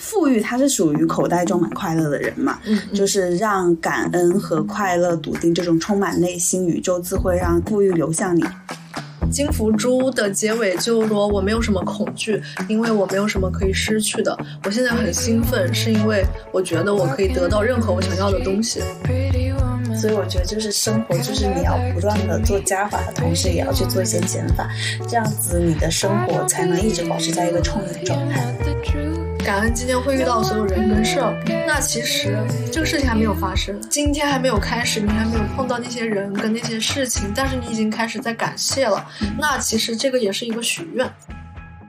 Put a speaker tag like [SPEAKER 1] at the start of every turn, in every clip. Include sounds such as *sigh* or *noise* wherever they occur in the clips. [SPEAKER 1] 富裕，他是属于口袋装满快乐的人嘛，
[SPEAKER 2] 嗯嗯
[SPEAKER 1] 就是让感恩和快乐笃定这种充满内心宇宙自会让富裕流向你。
[SPEAKER 2] 金福珠的结尾就说我没有什么恐惧，因为我没有什么可以失去的。我现在很兴奋，是因为我觉得我可以得到任何我想要的东西。
[SPEAKER 3] 所以我觉得就是生活，就是你要不断的做加法，同时也要去做一些减法，这样子你的生活才能一直保持在一个充盈的状态。
[SPEAKER 2] 感恩今天会遇到所有人跟事儿，那其实这个事情还没有发生，今天还没有开始，你还没有碰到那些人跟那些事情，但是你已经开始在感谢了。那其实这个也是一个许愿。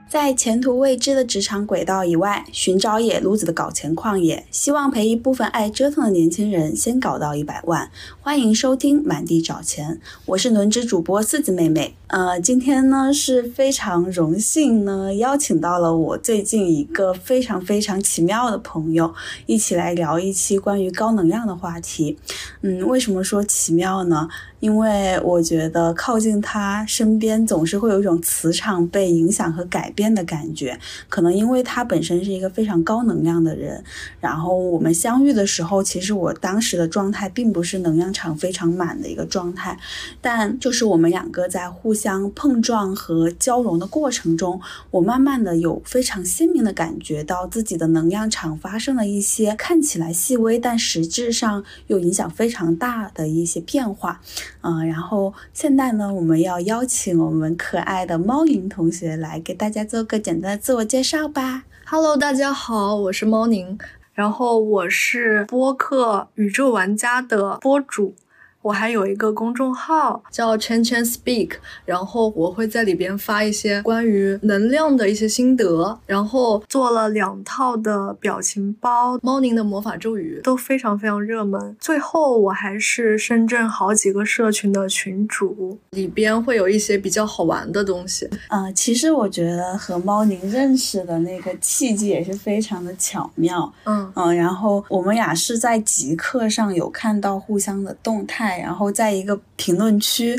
[SPEAKER 1] 在前途未知的职场轨道以外，寻找野路子的搞钱矿也，希望陪一部分爱折腾的年轻人先搞到一百万。欢迎收听《满地找钱》，我是轮值主播四子妹妹。呃，今天呢是非常荣幸呢，邀请到了我最近一个非常非常奇妙的朋友，一起来聊一期关于高能量的话题。嗯，为什么说奇妙呢？因为我觉得靠近他身边总是会有一种磁场被影响和改变的感觉，可能因为他本身是一个非常高能量的人，然后我们相遇的时候，其实我当时的状态并不是能量场非常满的一个状态，但就是我们两个在互相碰撞和交融的过程中，我慢慢的有非常鲜明的感觉到自己的能量场发生了一些看起来细微，但实质上又影响非常大的一些变化。嗯，然后现在呢，我们要邀请我们可爱的猫宁同学来给大家做个简单的自我介绍吧。
[SPEAKER 2] Hello，大家好，我是猫宁，然后我是播客宇宙玩家的播主。我还有一个公众号叫圈圈 Speak，然后我会在里边发一些关于能量的一些心得，然后做了两套的表情包，猫宁的魔法咒语都非常非常热门。最后我还是深圳好几个社群的群主，里边会有一些比较好玩的东西。
[SPEAKER 1] 呃，其实我觉得和猫宁认识的那个契机也是非常的巧妙。
[SPEAKER 2] 嗯，
[SPEAKER 1] 嗯，然后我们俩是在极客上有看到互相的动态，然后在一个评论区，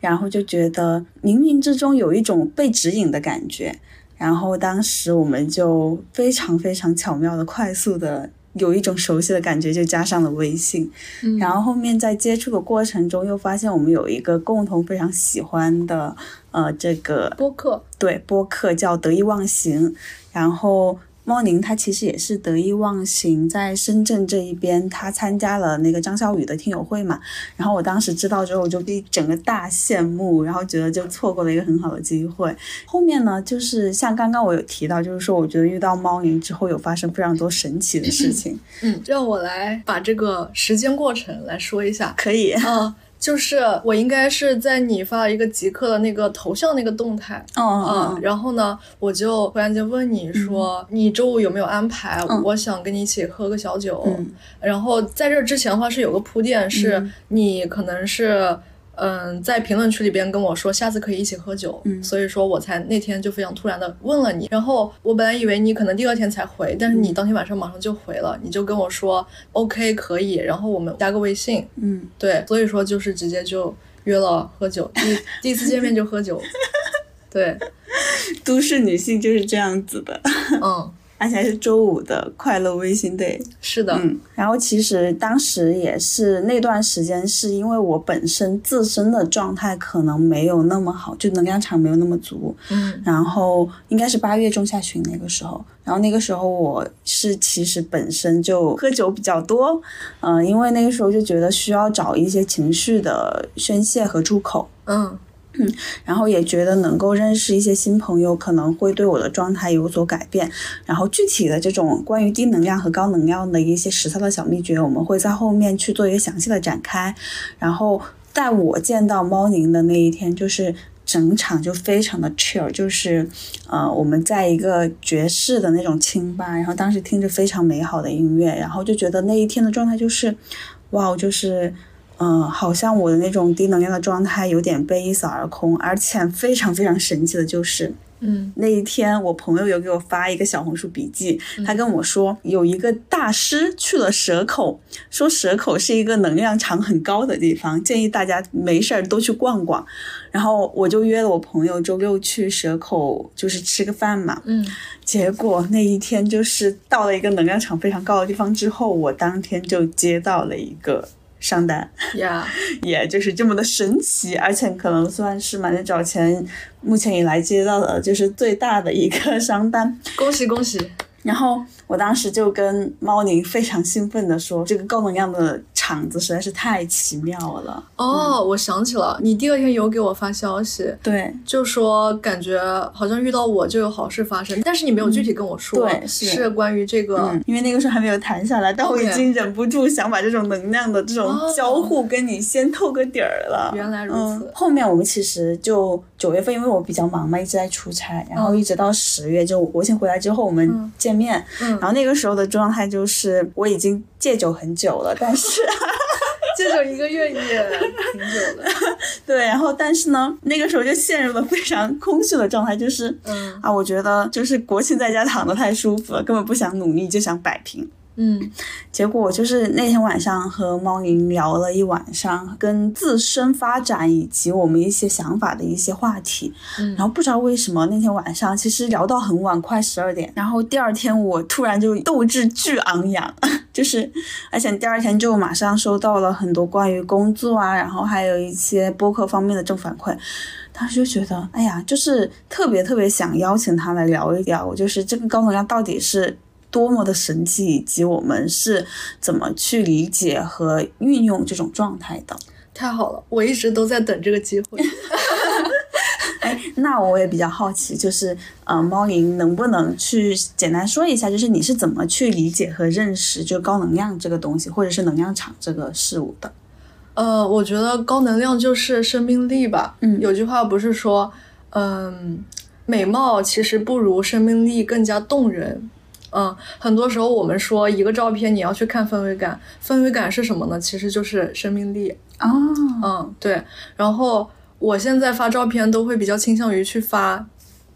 [SPEAKER 1] 然后就觉得冥冥之中有一种被指引的感觉。然后当时我们就非常非常巧妙的、快速的有一种熟悉的感觉，就加上了微信。然后后面在接触的过程中，又发现我们有一个共同非常喜欢的，呃，这个
[SPEAKER 2] 播客，
[SPEAKER 1] 对播客叫得意忘形，然后。猫宁他其实也是得意忘形，在深圳这一边，他参加了那个张小雨的听友会嘛。然后我当时知道之后，我就一整个大羡慕，然后觉得就错过了一个很好的机会。后面呢，就是像刚刚我有提到，就是说我觉得遇到猫宁之后，有发生非常多神奇的事情。
[SPEAKER 2] 嗯，让我来把这个时间过程来说一下。
[SPEAKER 1] 可以，
[SPEAKER 2] 嗯，就是我应该是在你发了一个极客的那个头像那个动态，
[SPEAKER 1] 嗯嗯
[SPEAKER 2] 嗯，，然后呢，我就忽然间问你说，你周五有没有安排？
[SPEAKER 1] 嗯
[SPEAKER 2] 我想跟你一起喝个小酒。
[SPEAKER 1] 嗯
[SPEAKER 2] 然后在这之前的话是有个铺垫，是
[SPEAKER 1] 嗯
[SPEAKER 2] 你可能是。嗯，在评论区里边跟我说下次可以一起喝酒，
[SPEAKER 1] 嗯
[SPEAKER 2] 所以说我才那天就非常突然的问了你，然后我本来以为你可能第二天才回，但是
[SPEAKER 1] 嗯
[SPEAKER 2] 你当天晚上马上就回了，你就跟我说 OK 可以，然后我们加个微信，
[SPEAKER 1] 嗯，
[SPEAKER 2] 对，所以说就是直接就约了喝酒，第 *laughs* 第一次见面就喝酒，对，
[SPEAKER 1] 都市女性就是这样子的，
[SPEAKER 2] 嗯，
[SPEAKER 1] 而且还是周五的快乐微醺 day。
[SPEAKER 2] 是的，
[SPEAKER 1] 嗯，然后其实当时也是那段时间，是因为我本身自身的状态可能没有那么好，就能量场没有那么足。
[SPEAKER 2] 嗯
[SPEAKER 1] 然后应该是八月中下旬那个时候，然后那个时候我是其实本身就喝酒比较多，嗯、因为那个时候就觉得需要找一些情绪的宣泄和出口。
[SPEAKER 2] 嗯
[SPEAKER 1] 然后也觉得能够认识一些新朋友，可能会对我的状态有所改变。然后具体的这种关于低能量和高能量的一些实操的小秘诀，我们会在后面去做一个详细的展开。然后在我见到猫宁的那一天，就是。整场就非常的 chill，就是，呃，我们在一个爵士的那种清吧，然后当时听着非常美好的音乐，然后就觉得那一天的状态就是，哇，就是嗯，好像我的那种低能量的状态有点被一扫而空，而且非常非常神奇的就是，
[SPEAKER 2] 嗯
[SPEAKER 1] 那一天，我朋友有给我发一个小红书笔记，他跟我说有一个大师去了蛇口，说蛇口是一个能量场很高的地方，建议大家没事儿都去逛逛。然后我就约了我朋友周六去蛇口，就是吃个饭嘛。
[SPEAKER 2] 嗯，
[SPEAKER 1] 结果那一天就是到了一个能量场非常高的地方之后，我当天就接到了一个商单，
[SPEAKER 2] 呀、
[SPEAKER 1] 也就是这么的神奇，而且可能算是满地找钱目前以来接到的就是最大的一个商单。
[SPEAKER 2] 恭喜恭喜！
[SPEAKER 1] 然后我当时就跟猫宁非常兴奋的说，这个高能量的场子实在是太奇妙了。
[SPEAKER 2] 哦，
[SPEAKER 1] 嗯
[SPEAKER 2] 我想起了，你第二天有给我发消息，
[SPEAKER 1] 对，
[SPEAKER 2] 就说感觉好像遇到我就有好事发生，但是你没有具体跟我说，
[SPEAKER 1] 嗯对
[SPEAKER 2] 是
[SPEAKER 1] 是
[SPEAKER 2] 关于这个。
[SPEAKER 1] 嗯，因为那个时候还没有谈下来，但我
[SPEAKER 2] OK
[SPEAKER 1] 已经忍不住想把这种能量的这种
[SPEAKER 2] 哦
[SPEAKER 1] 交互跟你先透个底儿了。
[SPEAKER 2] 原来如此
[SPEAKER 1] 嗯，后面我们其实就九月份，因为我比较忙嘛，一直在出差，然后一直到十月，就国庆回来之后我
[SPEAKER 2] 嗯
[SPEAKER 1] 们见面，
[SPEAKER 2] 嗯
[SPEAKER 1] 然，后那个时候的状态就是我已经戒酒很久了，但
[SPEAKER 2] *laughs*
[SPEAKER 1] 是
[SPEAKER 2] 这种一个月也挺久
[SPEAKER 1] *laughs*
[SPEAKER 2] 的。
[SPEAKER 1] 对，然后但是呢，那个时候就陷入了非常空虚的状态，就是
[SPEAKER 2] 嗯
[SPEAKER 1] 啊，我觉得就是国庆在家躺的太舒服了，根本不想努力，就想摆平。
[SPEAKER 2] 嗯
[SPEAKER 1] 结果就是那天晚上和猫宁聊了一晚上，跟自身发展以及我们一些想法的一些话题，
[SPEAKER 2] 嗯，
[SPEAKER 1] 然后不知道为什么那天晚上其实聊到很晚，快十二点。然后第二天我突然就斗志巨昂扬， *laughs* 就是而且第二天就马上收到了很多关于工作啊，然后还有一些播客方面的正反馈。当时就觉得，哎呀，就是特别特别想邀请他来聊一聊，就是这个高能量到底是多么的神奇，以及我们是怎么去理解和运用这种状态的。
[SPEAKER 2] 太好了，我一直都在等这个机会。
[SPEAKER 1] 哎，那我也比较好奇，就是呃，猫灵能不能去简单说一下，就是你是怎么去理解和认识就高能量这个东西，或者是能量场这个事物的？
[SPEAKER 2] 呃，我觉得高能量就是生命力吧。
[SPEAKER 1] 嗯
[SPEAKER 2] 有句话不是说，嗯，美貌其实不如生命力更加动人。嗯，很多时候我们说一个照片，你要去看氛围感，氛围感是什么呢？其实就是生命力。
[SPEAKER 1] 哦，
[SPEAKER 2] 嗯，对。然后我现在发照片都会比较倾向于去发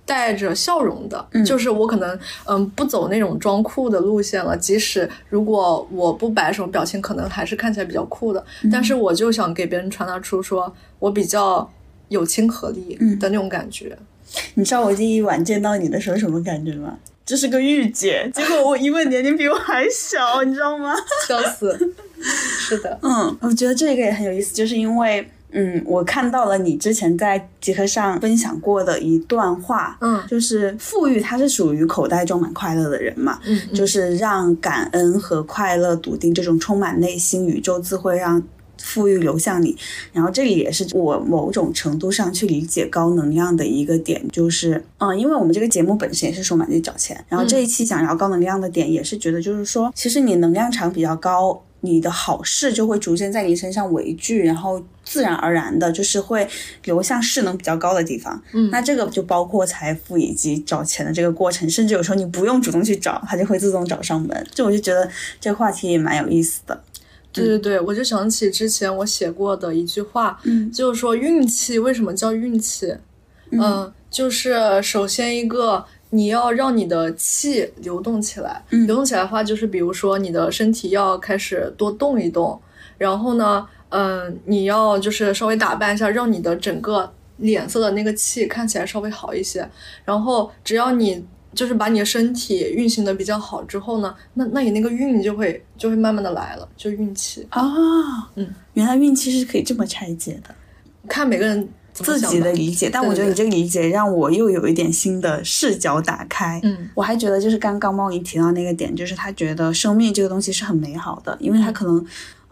[SPEAKER 2] 带着笑容的，
[SPEAKER 1] 嗯
[SPEAKER 2] 就是我可能嗯不走那种装酷的路线了。即使如果我不摆什么表情，可能还是看起来比较酷的。
[SPEAKER 1] 嗯
[SPEAKER 2] 但是我就想给别人传达出说我比较有亲和力
[SPEAKER 1] 嗯
[SPEAKER 2] 的那种感觉。
[SPEAKER 1] 你知道我第一晚见到你的时候什么感觉吗？这是个御姐，结果我一问年龄比我还小，你知道吗？
[SPEAKER 2] 笑
[SPEAKER 1] *laughs*
[SPEAKER 2] 死，是的，
[SPEAKER 1] 嗯，我觉得这个也很有意思，就是因为。嗯，我看到了你之前在集合上分享过的一段话，
[SPEAKER 2] 嗯
[SPEAKER 1] 就是富裕，它是属于口袋装满快乐的人嘛，
[SPEAKER 2] 嗯，嗯
[SPEAKER 1] 就是让感恩和快乐笃定这种充满内心宇宙自会让富裕流向你。然后这里也是我某种程度上去理解高能量的一个点，就是嗯，因为我们这个节目本身也是说满地找钱，然后这一期想聊高能量的点也是觉得就是说，其实你能量场比较高。你的好事就会逐渐在你身上围聚，然后自然而然的就是会流向势能比较高的地方。
[SPEAKER 2] 嗯
[SPEAKER 1] 那这个就包括财富以及找钱的这个过程，甚至有时候你不用主动去找，它就会自动找上门。这我就觉得这个话题也蛮有意思的。
[SPEAKER 2] 对对对，我就想起之前我写过的一句话，
[SPEAKER 1] 嗯
[SPEAKER 2] 就是说运气为什么叫运气？嗯、就是首先一个你要让你的气流动起来，
[SPEAKER 1] 嗯
[SPEAKER 2] 流动起来的话，就是比如说你的身体要开始多动一动，然后呢，嗯、你要就是稍微打扮一下，让你的整个脸色的那个气看起来稍微好一些，然后只要你。就是把你的身体运行的比较好之后呢，那那你那个运就会就会慢慢的来了，就运气。
[SPEAKER 1] 哦，
[SPEAKER 2] 嗯，
[SPEAKER 1] 原来运气是可以这么拆解的，
[SPEAKER 2] 看每个人怎么
[SPEAKER 1] 自
[SPEAKER 2] 想
[SPEAKER 1] 己
[SPEAKER 2] 吧
[SPEAKER 1] 的理解。但
[SPEAKER 2] 对
[SPEAKER 1] 我觉得
[SPEAKER 2] 对
[SPEAKER 1] 你这个理解让我又有一点新的视角打开。
[SPEAKER 2] 嗯
[SPEAKER 1] 我还觉得就是刚刚猫姨提到那个点，就是她觉得生命这个东西是很美好的，因为
[SPEAKER 2] 嗯
[SPEAKER 1] 她可能。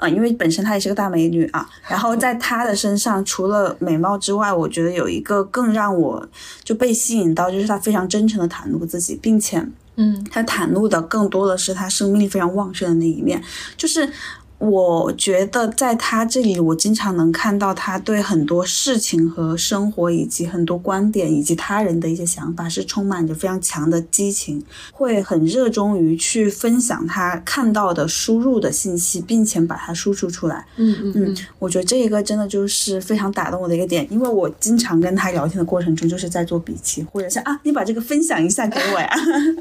[SPEAKER 1] 呃，因为本身她也是个大美女啊，然后在她的身上，除了美貌之外，我觉得有一个更让我就被吸引到，就是她非常真诚的袒露自己，并且
[SPEAKER 2] 嗯
[SPEAKER 1] 他袒露的更多的是他生命力非常旺盛的那一面，就是。我觉得在他这里，我经常能看到他对很多事情和生活，以及很多观点，以及他人的一些想法，是充满着非常强的激情，会很热衷于去分享他看到的、输入的信息，并且把它输出出来。
[SPEAKER 2] 嗯嗯
[SPEAKER 1] 嗯，我觉得这一个真的就是非常打动我的一个点，因为我经常跟他聊天的过程中，就是在做笔记，或者是啊，你把这个分享一下给我呀。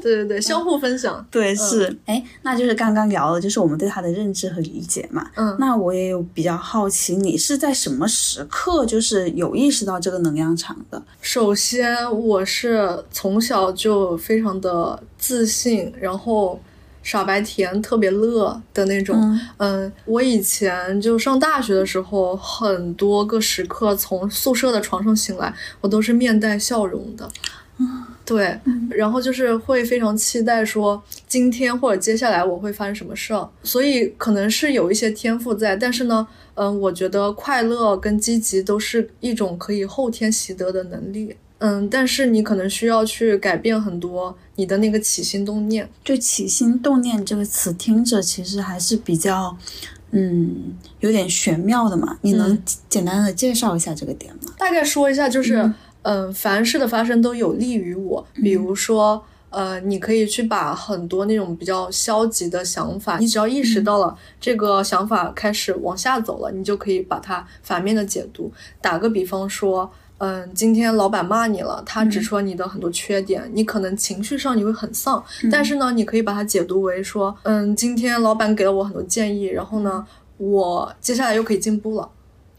[SPEAKER 2] 对对对，相互分享。
[SPEAKER 1] 对，是，哎，那就是刚刚聊的，就是我们对他的认知和理解嘛。
[SPEAKER 2] 嗯
[SPEAKER 1] 那我也有比较好奇，你是在什么时刻就是有意识到这个能量场的？
[SPEAKER 2] 首先，我是从小就非常的自信，然后傻白甜，特别乐的那种。
[SPEAKER 1] 嗯
[SPEAKER 2] 嗯，我以前就上大学的时候，很多个时刻从宿舍的床上醒来，我都是面带笑容的。对，然后就是会非常期待说今天或者接下来我会发生什么事儿，所以可能是有一些天赋在，但是呢，嗯，我觉得快乐跟积极都是一种可以后天习得的能力。嗯，但是你可能需要去改变很多你的那个起心动念。
[SPEAKER 1] 就起心动念这个词听着其实还是比较，嗯，有点玄妙的嘛。你能
[SPEAKER 2] 嗯
[SPEAKER 1] 简单的介绍一下这个点吗？
[SPEAKER 2] 大概说一下，就是
[SPEAKER 1] 嗯
[SPEAKER 2] 嗯、凡事的发生都有利于我，比如说。呃，你可以去把很多那种比较消极的想法，
[SPEAKER 1] 嗯
[SPEAKER 2] 你只要意识到了这个想法开始往下走了，你就可以把它反面的解读。打个比方说，嗯、今天老板骂你了，他指出了你的很多缺点，
[SPEAKER 1] 嗯
[SPEAKER 2] 你可能情绪上你会很丧，但是呢，你可以把它解读为说，嗯，今天老板给了我很多建议，然后呢，我接下来又可以进步了。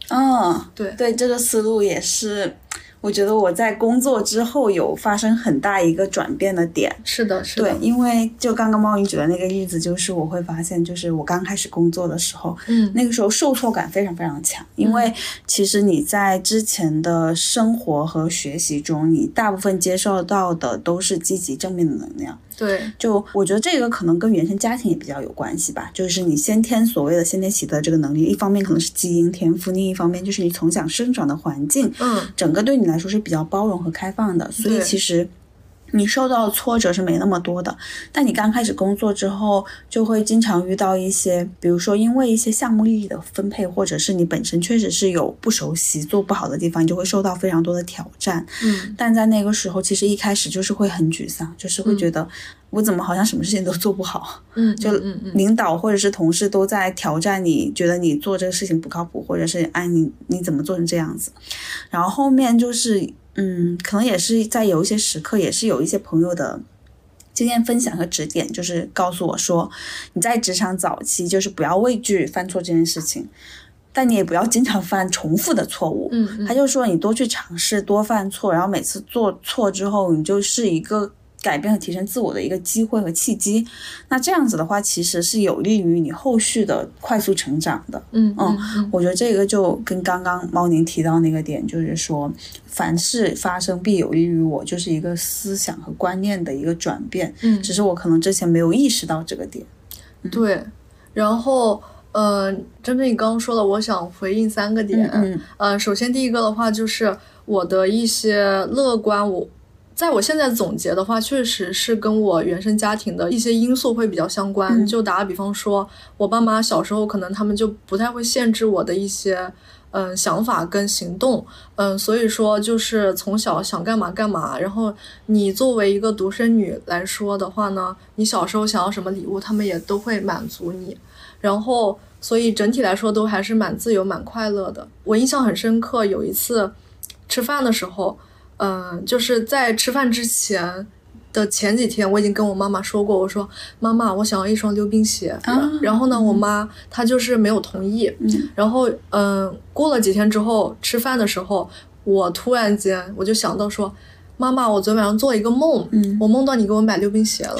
[SPEAKER 1] 嗯，
[SPEAKER 2] 对
[SPEAKER 1] 对，这个思路也是，我觉得我在工作之后有发生很大一个转变的点。
[SPEAKER 2] 是的，是
[SPEAKER 1] 对
[SPEAKER 2] 的，，
[SPEAKER 1] 因为就刚刚猫云举的那个例子，就是我会发现，就是我刚开始工作的时候，
[SPEAKER 2] 嗯，
[SPEAKER 1] 那个时候受挫感非常非常强，因为其实你在之前的生活和学习中，你大部分接受到的都是积极正面的能量。
[SPEAKER 2] 对。
[SPEAKER 1] 就我觉得这个可能跟原生家庭也比较有关系吧，就是你先天所谓的先天习得这个能力，一方面可能是基因天赋，另一方面就是你从小生长的环境，
[SPEAKER 2] 嗯，
[SPEAKER 1] 整个对你来说是比较包容和开放的，所以
[SPEAKER 2] 对
[SPEAKER 1] 其实。你受到的挫折是没那么多的，但你刚开始工作之后，就会经常遇到一些，比如说因为一些项目利益的分配，或者是你本身确实是有不熟悉、做不好的地方，你就会受到非常多的挑战。
[SPEAKER 2] 嗯，
[SPEAKER 1] 但在那个时候，其实一开始就是会很沮丧，就是会觉得我怎么好像什么事情都做不好，
[SPEAKER 2] 嗯，
[SPEAKER 1] 就
[SPEAKER 2] 嗯嗯嗯，
[SPEAKER 1] 领导或者是同事都在挑战你，觉得你做这个事情不靠谱，或者是哎你你怎么做成这样子？然后后面就是嗯，可能也是在有一些时刻，也是有一些朋友的。经验分享和指点，就是告诉我说，你在职场早期就是不要畏惧犯错这件事情，但你也不要经常犯重复的错误。
[SPEAKER 2] 嗯嗯
[SPEAKER 1] 他就说你多去尝试，多犯错，然后每次做错之后，你就是一个改变和提升自我的一个机会和契机。那这样子的话，其实是有利于你后续的快速成长的。
[SPEAKER 2] 嗯
[SPEAKER 1] 嗯
[SPEAKER 2] 嗯
[SPEAKER 1] 我觉得这个就跟刚刚猫宁提到那个点，就是说凡事发生必有利于我，就是一个思想和观念的一个转变。
[SPEAKER 2] 嗯
[SPEAKER 1] 只是我可能之前没有意识到这个点。
[SPEAKER 2] 嗯，对。然后，呃，真正你刚刚说的，我想回应三个点。
[SPEAKER 1] 嗯
[SPEAKER 2] 呃，首先第一个的话就是我的一些乐观，我在我现在总结的话，确实是跟我原生家庭的一些因素会比较相关。
[SPEAKER 1] 嗯
[SPEAKER 2] 就打个比方说，我爸妈小时候可能他们就不太会限制我的一些。嗯，想法跟行动，嗯，所以说就是从小想干嘛干嘛。然后你作为一个独生女来说的话呢，你小时候想要什么礼物，他们也都会满足你。然后所以整体来说都还是蛮自由、蛮快乐的。我印象很深刻，有一次吃饭的时候，嗯、就是在吃饭之前。的前几天，我已经跟我妈妈说过，我说妈妈，我想要一双溜冰鞋。
[SPEAKER 1] 啊
[SPEAKER 2] 然后呢，我妈她就是没有同意。
[SPEAKER 1] 嗯
[SPEAKER 2] 然后，嗯，过了几天之后，吃饭的时候，我突然间我就想到说，妈妈，我昨天晚上做了一个梦，
[SPEAKER 1] 嗯
[SPEAKER 2] 我梦到你给我买溜
[SPEAKER 1] *laughs*
[SPEAKER 2] 冰鞋了，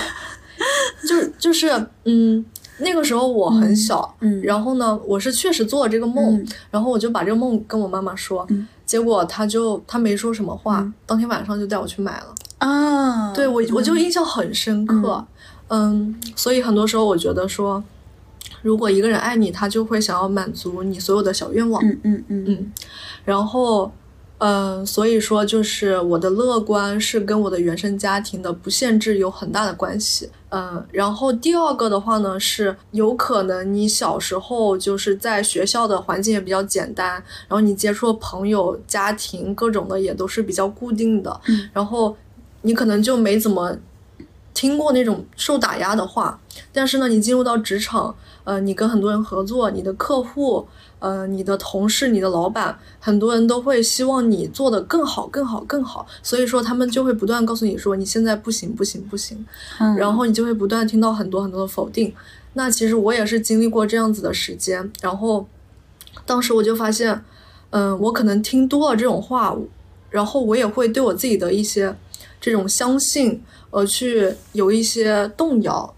[SPEAKER 2] 就就是，嗯，那个时候我很小，
[SPEAKER 1] 嗯嗯
[SPEAKER 2] 然后呢，我是确实做了这个梦，
[SPEAKER 1] 嗯
[SPEAKER 2] 然后我就把这个梦跟我妈妈说，
[SPEAKER 1] 嗯
[SPEAKER 2] 结果她就她没说什么话，
[SPEAKER 1] 嗯
[SPEAKER 2] 当天晚上就带我去买了。
[SPEAKER 1] 啊，
[SPEAKER 2] 对我我就印象很深刻，嗯所以很多时候我觉得说，如果一个人爱你，他就会想要满足你所有的小愿望，
[SPEAKER 1] 嗯嗯嗯嗯
[SPEAKER 2] 然后。嗯，所以说就是我的乐观是跟我的原生家庭的不限制有很大的关系。嗯，然后第二个的话呢，是有可能你小时候就是在学校的环境也比较简单，然后你接触的朋友、家庭各种的也都是比较固定的，
[SPEAKER 1] 嗯
[SPEAKER 2] 然后你可能就没怎么听过那种受打压的话。但是呢，你进入到职场，呃，你跟很多人合作，你的客户，呃，你的同事、你的老板，很多人都会希望你做的更好、更好、更好，所以说他们就会不断告诉你说你现在不行、不行、不行。
[SPEAKER 1] 嗯
[SPEAKER 2] 然后你就会不断听到很多很多的否定。那其实我也是经历过这样子的时间，然后当时我就发现，嗯、我可能听多了这种话，然后我也会对我自己的一些这种相信，呃，去有一些动摇。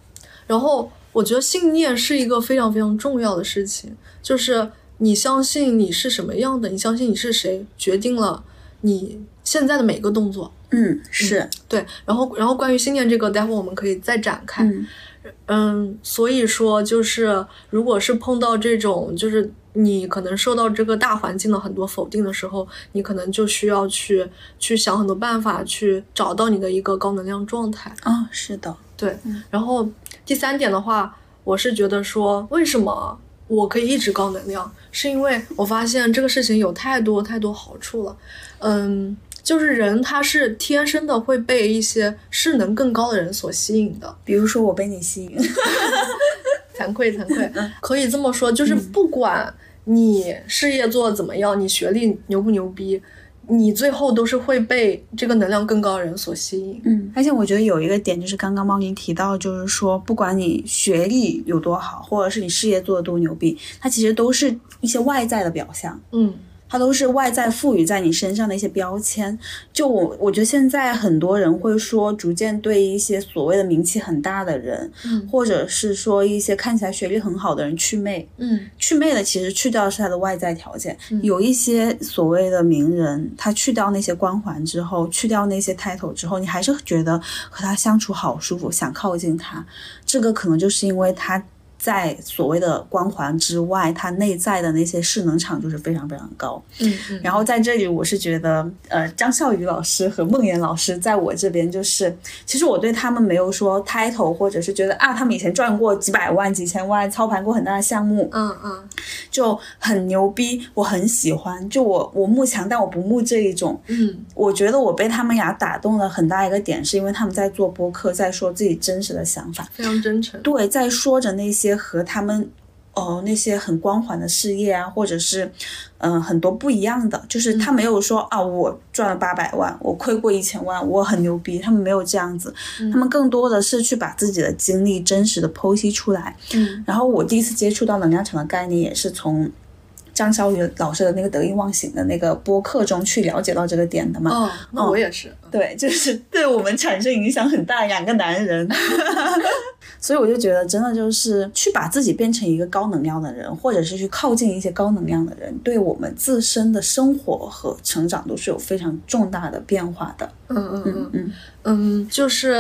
[SPEAKER 2] 然后我觉得信念是一个非常非常重要的事情，就是你相信你是什么样的，你相信你是谁，决定了你现在的每个动作。
[SPEAKER 1] 嗯是
[SPEAKER 2] 对，然后然后关于信念这个，待会我们可以再展开。
[SPEAKER 1] 嗯
[SPEAKER 2] 嗯，所以说就是，如果是碰到这种，就是你可能受到这个大环境的很多否定的时候，你可能就需要去去想很多办法，去找到你的一个高能量状态。
[SPEAKER 1] 哦是的
[SPEAKER 2] 对，然后第三点的话，我是觉得说，为什么我可以一直高能量，是因为我发现这个事情有太多太多好处了。嗯，就是人他是天生的会被一些势能更高的人所吸引的。
[SPEAKER 1] 比如说我被你吸引 *laughs*
[SPEAKER 2] 惭愧惭愧，可以这么说，就是不管你事业做得怎么样，你学历牛不牛逼，你最后都是会被这个能量更高的人所吸引。
[SPEAKER 1] 嗯，而且我觉得有一个点就是刚刚猫宁提到，就是说不管你学历有多好，或者是你事业做得多牛逼，它其实都是一些外在的表象。
[SPEAKER 2] 嗯
[SPEAKER 1] 它都是外在赋予在你身上的一些标签。就我，我觉得现在很多人会说，逐渐对一些所谓的名气很大的人，
[SPEAKER 2] 嗯
[SPEAKER 1] 或者是说一些看起来学历很好的人祛魅。
[SPEAKER 2] 嗯
[SPEAKER 1] 祛魅的其实去掉的是他的外在条件，
[SPEAKER 2] 嗯
[SPEAKER 1] 有一些所谓的名人，他去掉那些光环之后，去掉那些 title 之后，你还是觉得和他相处好舒服，想靠近他。这个可能就是因为他在所谓的光环之外，他内在的那些势能场就是非常非常高。
[SPEAKER 2] 嗯嗯，
[SPEAKER 1] 然后在这里，我是觉得，呃，张笑宇老师和孟岩老师在我这边，就是其实我对他们没有说 title，或者是觉得啊，他们以前赚过几百万、几千万，操盘过很大的项目，
[SPEAKER 2] 嗯嗯
[SPEAKER 1] 就很牛逼，我很喜欢。就我我慕强，但我不慕这一种。
[SPEAKER 2] 嗯
[SPEAKER 1] 我觉得我被他们俩打动了很大一个点，是因为他们在做播客，在说自己真实的想法。
[SPEAKER 2] 非常真诚。
[SPEAKER 1] 对，在说着那些和他们哦那些很光环的事业啊，或者是嗯、呃很多不一样的，就是他没有说、啊我赚了八百万，我亏过一千万，我很牛逼，他们没有这样子，他们更多的是去把自己的经历真实的剖析出来。
[SPEAKER 2] 嗯
[SPEAKER 1] 然后我第一次接触到能量场的概念，也是从。张小雨老师的那个得意忘形的那个播客中去了解到这个点的嘛，
[SPEAKER 2] 哦，那我也是。
[SPEAKER 1] 对， *laughs* 就是对我们产生影响很大。两个男人， *laughs* 所以我就觉得，真的就是去把自己变成一个高能量的人，或者是去靠近一些高能量的人，对我们自身的生活和成长都是有非常重大的变化的。
[SPEAKER 2] 嗯嗯嗯
[SPEAKER 1] 嗯嗯
[SPEAKER 2] 嗯，就是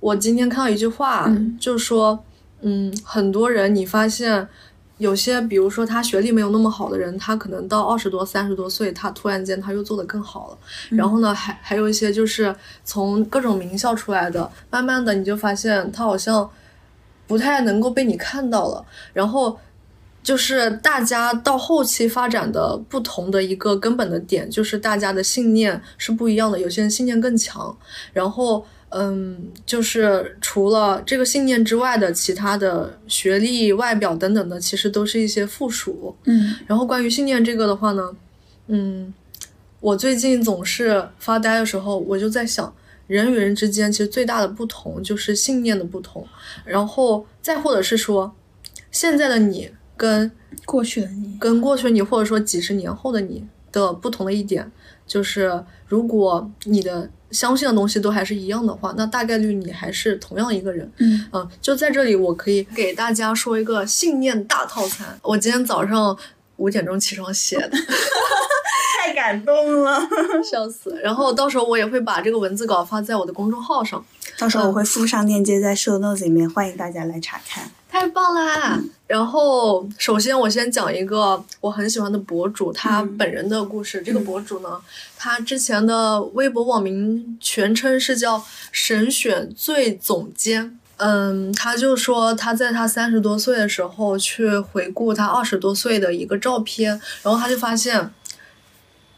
[SPEAKER 2] 我今天看到一句话，
[SPEAKER 1] 嗯
[SPEAKER 2] 就说，嗯，很多人你发现有些，比如说他学历没有那么好的人，他可能到二十多、三十多岁，他突然间他又做得更好了。然后呢，还还有一些就是从各种名校出来的，慢慢的你就发现他好像不太能够被你看到了，然后。就是大家到后期发展的不同的一个根本的点，就是大家的信念是不一样的。有些人信念更强，然后嗯，就是除了这个信念之外的其他的学历、外表等等的，其实都是一些附属。
[SPEAKER 1] 嗯
[SPEAKER 2] 然后关于信念这个的话呢，嗯，我最近总是发呆的时候，我就在想，人与人之间其实最大的不同就是信念的不同，然后再或者是说，现在的你跟
[SPEAKER 1] 过去的你，
[SPEAKER 2] 跟过去你或者说几十年后的你的不同的一点，就是如果你的相信的东西都还是一样的话，那大概率你还是同样一个人。
[SPEAKER 1] 嗯
[SPEAKER 2] 嗯，就在这里，我可以给大家说一个信念大套餐。我今天早上五点钟起床写的，
[SPEAKER 1] 太感动了。
[SPEAKER 2] 笑死。然后到时候我也会把这个文字稿发在我的公众号上。
[SPEAKER 1] 到时候我会附上链接在 show notes 里面，欢迎大家来查看。
[SPEAKER 2] 太棒啦！然后，首先我先讲一个我很喜欢的博主，他本人的故事。这个博主呢，他之前的微博网名全称是叫“神选最总监”。嗯，他就说他在他三十多岁的时候去回顾他二十多岁的一个照片，然后他就发现，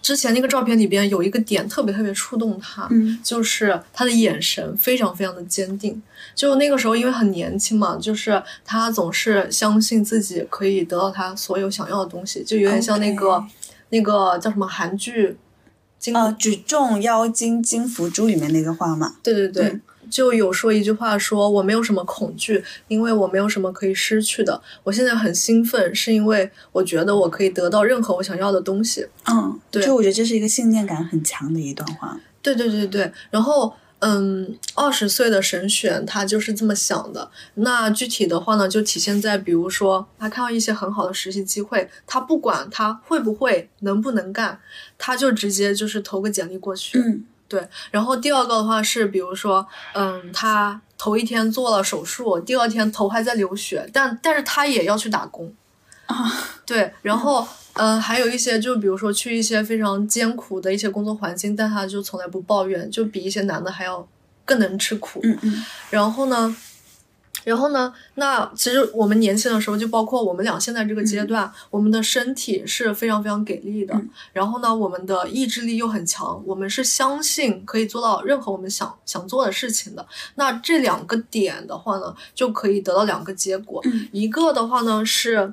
[SPEAKER 2] 之前那个照片里边有一个点特别特别触动他，
[SPEAKER 1] 嗯
[SPEAKER 2] 就是他的眼神非常非常的坚定。就那个时候，因为很年轻嘛，就是他总是相信自己可以得到他所有想要的东西，就有点像那个
[SPEAKER 1] OK
[SPEAKER 2] 那个叫什么韩剧，金
[SPEAKER 1] 呃，举重妖精金福珠里面那个话嘛，
[SPEAKER 2] 对对对，
[SPEAKER 1] 嗯
[SPEAKER 2] 就有说一句话说，我没有什么恐惧，因为我没有什么可以失去的。我现在很兴奋，是因为我觉得我可以得到任何我想要的东西。
[SPEAKER 1] 嗯，
[SPEAKER 2] 对
[SPEAKER 1] 就我觉得这是一个信念感很强的一段话，
[SPEAKER 2] 对对对对，然后。嗯，二十岁的神选他就是这么想的。那具体的话呢，就体现在比如说，他看到一些很好的实习机会，他不管他会不会、能不能干，他就直接就是投个简历过去。
[SPEAKER 1] 嗯
[SPEAKER 2] 然后第二个的话是，比如说，嗯，他头一天做了手术，第二天头还在流血，但但是他也要去打工，
[SPEAKER 1] 啊，
[SPEAKER 2] 对，然后。嗯，还有一些，就比如说去一些非常艰苦的一些工作环境，但他就从来不抱怨，就比一些男的还要更能吃苦。
[SPEAKER 1] 嗯嗯
[SPEAKER 2] 然后呢，然后呢，那其实我们年轻的时候，就包括我们俩现在这个阶段，我们的身体是非常非常给力的。
[SPEAKER 1] 嗯
[SPEAKER 2] 然后呢，我们的意志力又很强，我们是相信可以做到任何我们想想做的事情的。那这两个点的话呢，就可以得到两个结果。
[SPEAKER 1] 嗯
[SPEAKER 2] 一个的话呢是。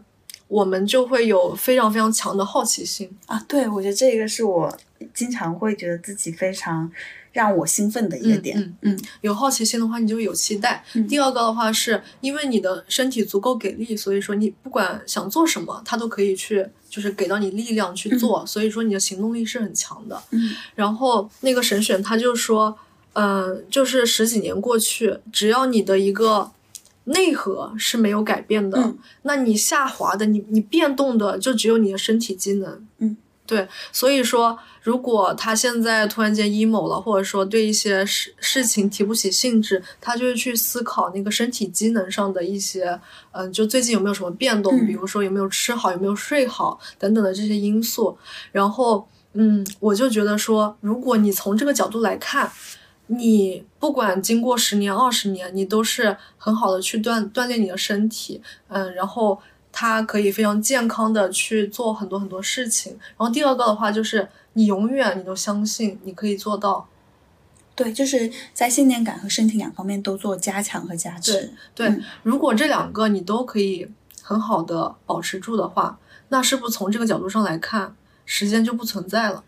[SPEAKER 2] 我们就会有非常非常强的好奇心，
[SPEAKER 1] 啊，
[SPEAKER 3] 对，我觉得这个是我经常会觉得自己非常
[SPEAKER 1] 让我兴奋的一个点，
[SPEAKER 2] 嗯
[SPEAKER 1] 嗯
[SPEAKER 2] 有好奇心的话，你就有期待。
[SPEAKER 1] 嗯
[SPEAKER 2] 第二个的话，是因为你的身体足够给力，所以说你不管想做什么，它都可以去，就是给到你力量去做。所以说你的行动力是很强的。
[SPEAKER 1] 嗯
[SPEAKER 2] 然后那个神选他就说，呃，就是十几年过去，只要你的一个内核是没有改变的，
[SPEAKER 1] 嗯
[SPEAKER 2] 那你下滑的，你你变动的就只有你的身体机能。
[SPEAKER 1] 嗯，
[SPEAKER 2] 对，所以说，如果他现在突然间 emo 了，或者说对一些事事情提不起兴致，他就会去思考那个身体机能上的一些，嗯、就最近有没有什么变动，
[SPEAKER 1] 嗯
[SPEAKER 2] 比如说有没有吃好，有没有睡好等等的这些因素。然后，嗯，我就觉得说，如果你从这个角度来看，你不管经过十年、二十年，你都是很好的去锻锻炼你的身体，嗯，然后它可以非常健康的去做很多很多事情。然后第二个的话就是，你永远你都相信你可以做到。
[SPEAKER 1] 对，就是在信念感和身体感方面都做加强和加持，
[SPEAKER 2] 对，
[SPEAKER 1] 嗯
[SPEAKER 2] 如果这两个你都可以很好的保持住的话，那是不是从这个角度上来看，时间就不存在了？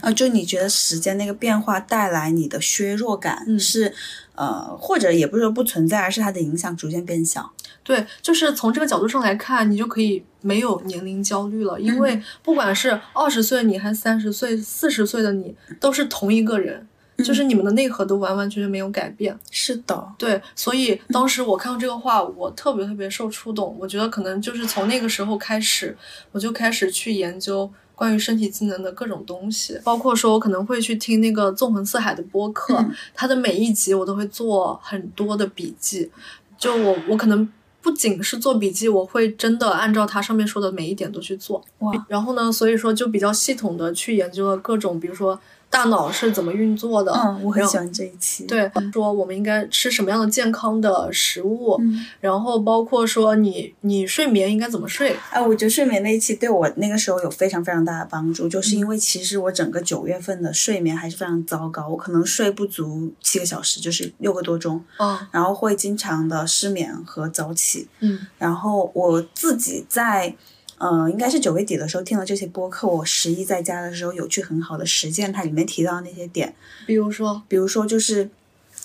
[SPEAKER 1] 啊，就你觉得时间那个变化带来你的削弱感、
[SPEAKER 2] 嗯
[SPEAKER 1] 是，呃，或者也不是说不存在，而是它的影响逐渐变小。
[SPEAKER 2] 对，就是从这个角度上来看，你就可以没有年龄焦虑了，因为不管是二十岁你还三十岁、四十岁的你，都是同一个人，就是你们的内核都完完全全没有改变。
[SPEAKER 1] 是的，
[SPEAKER 2] 对，所以当时我看到这个话，我特别特别受触动。我觉得可能就是从那个时候开始，我就开始去研究关于身体机能的各种东西，包括说我可能会去听那个纵横四海的播客，
[SPEAKER 1] 嗯
[SPEAKER 2] 它的每一集我都会做很多的笔记。就我我可能不仅是做笔记，我会真的按照它上面说的每一点都去做。
[SPEAKER 1] 哇，
[SPEAKER 2] 然后呢，所以说就比较系统的去研究了各种，比如说大脑是怎么运作的，
[SPEAKER 1] 嗯，我很
[SPEAKER 2] 然后
[SPEAKER 1] 喜欢这一期。，
[SPEAKER 2] 对，说我们应该吃什么样的健康的食物，
[SPEAKER 1] 嗯，
[SPEAKER 2] 然后包括说你你睡眠应该怎么睡，
[SPEAKER 1] 哎、我觉得睡眠那一期对我那个时候有非常非常大的帮助，就是因为其实我整个九月份的睡眠还是非常糟糕，我可能睡不足七个小时，就是六个多钟，
[SPEAKER 2] 嗯
[SPEAKER 1] 然后会经常的失眠和早起。
[SPEAKER 2] 嗯
[SPEAKER 1] 然后我自己在，呃，应该是九月底的时候听了这些播客，我十一在家的时候有去很好的实践它里面提到的那些点，
[SPEAKER 2] 比如说
[SPEAKER 1] 比如说就是。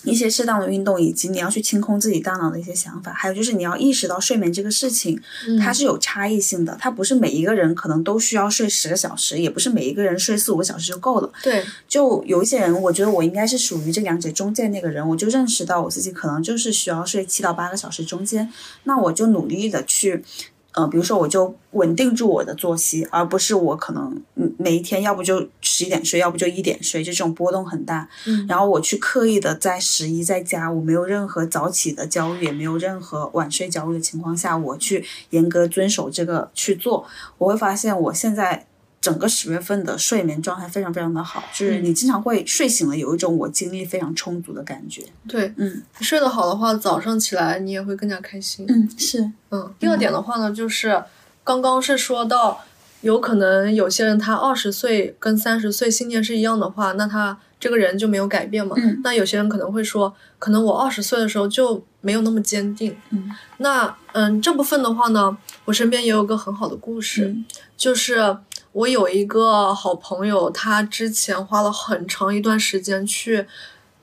[SPEAKER 1] 一些适当的运动，以及你要去清空自己大脑的一些想法，还有就是你要意识到睡眠这个事情，
[SPEAKER 2] 嗯
[SPEAKER 1] 它是有差异性的，它不是每一个人可能都需要睡十个小时，也不是每一个人睡四五个小时就够了。
[SPEAKER 2] 对
[SPEAKER 1] 就有一些人，我觉得我应该是属于这两者中间那个人，我就认识到我自己可能就是需要睡七到八个小时中间，那我就努力的去。呃，比如说我就稳定住我的作息，而不是我可能嗯每一天要不就十一点睡，要不就一点睡，就这种波动很大。
[SPEAKER 2] 嗯
[SPEAKER 1] 然后我去刻意的在十一在家，我没有任何早起的焦虑，也没有任何晚睡焦虑的情况下，我去严格遵守这个去做，我会发现我现在整个十月份的睡眠状态非常非常的好，就是你经常会睡醒了有一种我精力非常充足的感觉。
[SPEAKER 2] 对，
[SPEAKER 1] 嗯
[SPEAKER 2] 睡得好的话，早上起来你也会更加开心。
[SPEAKER 1] 嗯，是
[SPEAKER 2] 嗯，第二点的话呢，就是刚刚是说到，有可能有些人他二十岁跟三十岁信念是一样的话，那他这个人就没有改变嘛。
[SPEAKER 1] 嗯
[SPEAKER 2] 那有些人可能会说，可能我二十岁的时候就没有那么坚定。
[SPEAKER 1] 嗯
[SPEAKER 2] 那嗯，这部分的话呢，我身边也有个很好的故事，
[SPEAKER 1] 嗯
[SPEAKER 2] 就是我有一个好朋友，他之前花了很长一段时间去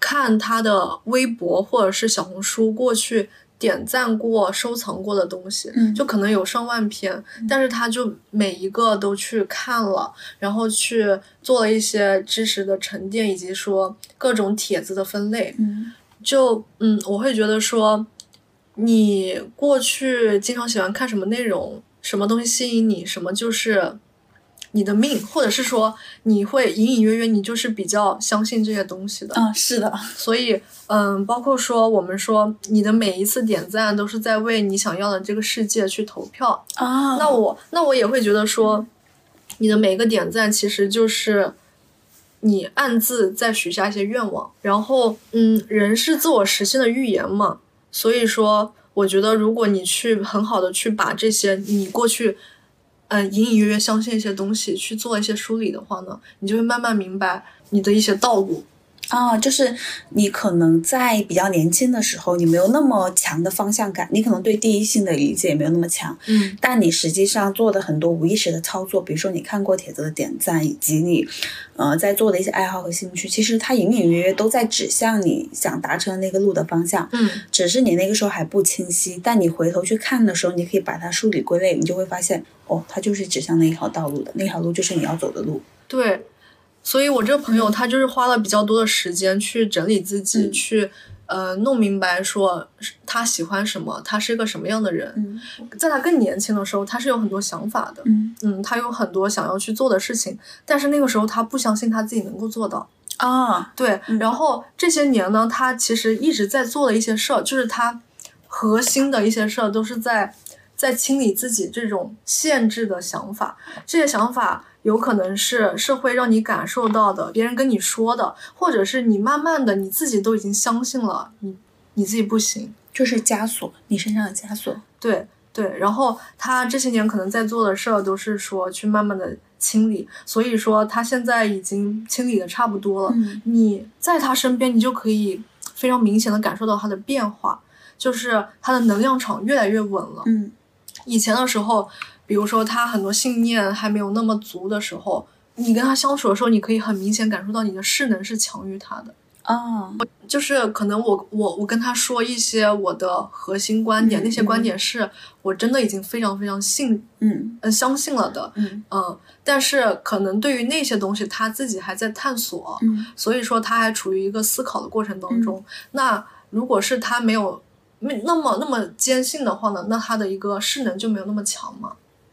[SPEAKER 2] 看他的微博或者是小红书，过去点赞过、收藏过的东西，
[SPEAKER 1] 嗯
[SPEAKER 2] 就可能有上万篇，但是他就每一个都去看了，然后去做了一些知识的沉淀，以及说各种帖子的分类，
[SPEAKER 1] 嗯
[SPEAKER 2] 就嗯，我会觉得说，你过去经常喜欢看什么内容，什么东西吸引你，什么就是你的命，或者是说你会隐隐约约你就是比较相信这些东西的。
[SPEAKER 1] 啊，是 *laughs* 的，
[SPEAKER 2] 所以嗯，包括说我们说你的每一次点赞都是在为你想要的这个世界去投票，
[SPEAKER 1] 啊，
[SPEAKER 2] 那我那我也会觉得说，你的每个点赞其实就是你暗自在许下一些愿望，然后嗯，人是自我实现的预言嘛，所以说我觉得如果你去很好的去把这些你过去。嗯，隐隐约约相信一些东西，去做一些梳理的话呢，你就会慢慢明白你的一些道路。
[SPEAKER 1] 啊，就是你可能在比较年轻的时候，你没有那么强的方向感，你可能对第一性的理解也没有那么强，
[SPEAKER 2] 嗯
[SPEAKER 1] 但你实际上做的很多无意识的操作，比如说你看过帖子的点赞，以及你呃在做的一些爱好和兴趣，其实它隐隐约约都在指向你想达成的那个路的方向，
[SPEAKER 2] 嗯
[SPEAKER 1] 只是你那个时候还不清晰。但你回头去看的时候，你可以把它梳理归类，你就会发现，哦，它就是指向那一条道路的，那条路就是你要走的路。
[SPEAKER 2] 对，所以我这个朋友他就是花了比较多的时间去整理自己，
[SPEAKER 1] 嗯
[SPEAKER 2] 去呃弄明白说是他喜欢什么，他是个什么样的人。
[SPEAKER 1] 嗯
[SPEAKER 2] 在他更年轻的时候，他是有很多想法的，
[SPEAKER 1] 嗯
[SPEAKER 2] 嗯，他有很多想要去做的事情，但是那个时候他不相信他自己能够做到。
[SPEAKER 1] 啊
[SPEAKER 2] 对，
[SPEAKER 1] 嗯
[SPEAKER 2] 然后这些年呢，他其实一直在做的一些事儿，就是他核心的一些事儿都是在在清理自己这种限制的想法。这些想法有可能是是会让你感受到的，别人跟你说的，或者是你慢慢的你自己都已经相信了，你你自己不行。
[SPEAKER 1] 就是枷锁，你身上的枷锁。
[SPEAKER 2] 对对，然后他这些年可能在做的事儿都是说去慢慢的清理，所以说他现在已经清理的差不多了。
[SPEAKER 1] 嗯
[SPEAKER 2] 你在他身边，你就可以非常明显的感受到他的变化，就是他的能量场越来越稳了。
[SPEAKER 1] 嗯
[SPEAKER 2] 以前的时候，比如说他很多信念还没有那么足的时候，你跟他相处的时候，你可以很明显感受到你的势能是强于他的。
[SPEAKER 1] 啊
[SPEAKER 2] 就是可能我我我跟他说一些我的核心观点，
[SPEAKER 1] 嗯
[SPEAKER 2] 那些观点是我真的已经非常非常信
[SPEAKER 1] 嗯
[SPEAKER 2] 呃相信了的，
[SPEAKER 1] 嗯
[SPEAKER 2] 嗯，但是可能对于那些东西他自己还在探索，
[SPEAKER 1] 嗯
[SPEAKER 2] 所以说他还处于一个思考的过程当中。那如果是他没有没那么那么坚信的话呢，那他的一个势能就没有那么强嘛。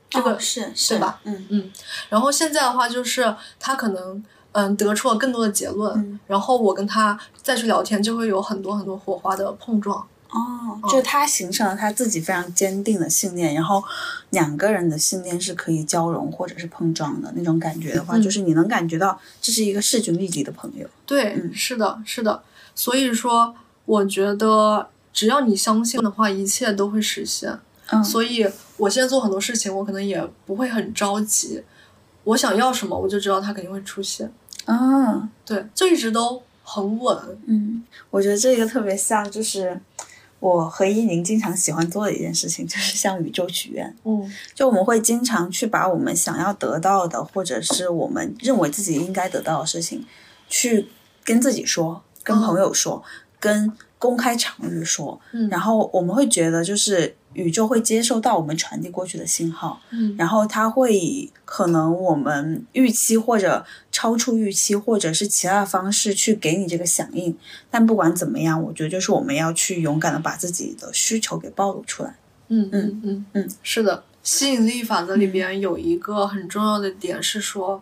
[SPEAKER 2] 这个、
[SPEAKER 1] 哦是是
[SPEAKER 2] 对吧？
[SPEAKER 1] 嗯
[SPEAKER 2] 然后现在的话就是他可能嗯得出了更多的结论，
[SPEAKER 1] 嗯
[SPEAKER 2] 然后我跟他再去聊天就会有很多很多火花的碰撞。
[SPEAKER 1] 哦，就是他形成了他自己非常坚定的信念，然后两个人的信念是可以交融或者是碰撞的那种感觉的话，
[SPEAKER 2] 嗯
[SPEAKER 1] 就是你能感觉到这是一个势均力敌的朋友。
[SPEAKER 2] 对，
[SPEAKER 1] 嗯
[SPEAKER 2] 是的，是的。所以说，我觉得只要你相信的话，一切都会实现。
[SPEAKER 1] 嗯
[SPEAKER 2] 所以我现在做很多事情，我可能也不会很着急。我想要什么，我就知道它肯定会出现。
[SPEAKER 1] 啊
[SPEAKER 2] 对，就一直都很稳。
[SPEAKER 1] 嗯，我觉得这个特别像就是。我和依宁经常喜欢做的一件事情，就是向宇宙许愿。
[SPEAKER 2] 嗯
[SPEAKER 1] 就我们会经常去把我们想要得到的，或者是我们认为自己应该得到的事情，去跟自己说、跟朋友说、跟公开场域说，
[SPEAKER 2] 嗯，
[SPEAKER 1] 然后我们会觉得就是宇宙会接收到我们传递过去的信号，
[SPEAKER 2] 嗯
[SPEAKER 1] 然后它会以可能我们预期或者超出预期，或者是其他的方式去给你这个响应。但不管怎么样，我觉得就是我们要去勇敢的把自己的需求给暴露出来。
[SPEAKER 2] 嗯
[SPEAKER 1] 嗯
[SPEAKER 2] 嗯嗯
[SPEAKER 1] 嗯，
[SPEAKER 2] 是的，吸引力法则里边有一个很重要的点是说，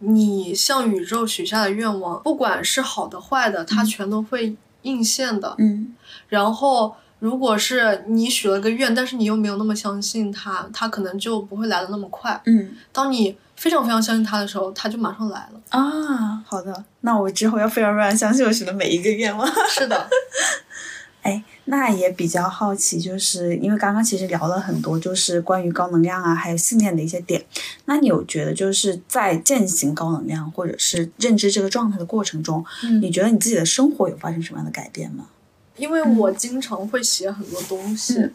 [SPEAKER 2] 你向宇宙许下的愿望，不管是好的坏的，它全都会应现的。
[SPEAKER 1] 嗯
[SPEAKER 2] 然后，如果是你许了个愿，但是你又没有那么相信它，它可能就不会来的那么快。
[SPEAKER 1] 嗯
[SPEAKER 2] 当你非常非常相信它的时候，它就马上来 *laughs* 了。
[SPEAKER 1] 啊，好的，
[SPEAKER 3] 那我之后要非常非常相信我许的每一个愿
[SPEAKER 1] *laughs*
[SPEAKER 3] 望。
[SPEAKER 2] 是的，
[SPEAKER 1] 哎，那也比较好奇，就是因为刚刚其实聊了很多，就是关于高能量啊，还有信念的一些点。那你有觉得就是在践行高能量或者是认知这个状态的过程中，你
[SPEAKER 2] 嗯，
[SPEAKER 1] 觉得你自己的生活有发生什么样的改变吗？
[SPEAKER 2] 因为我经常会写很多东西，
[SPEAKER 1] 嗯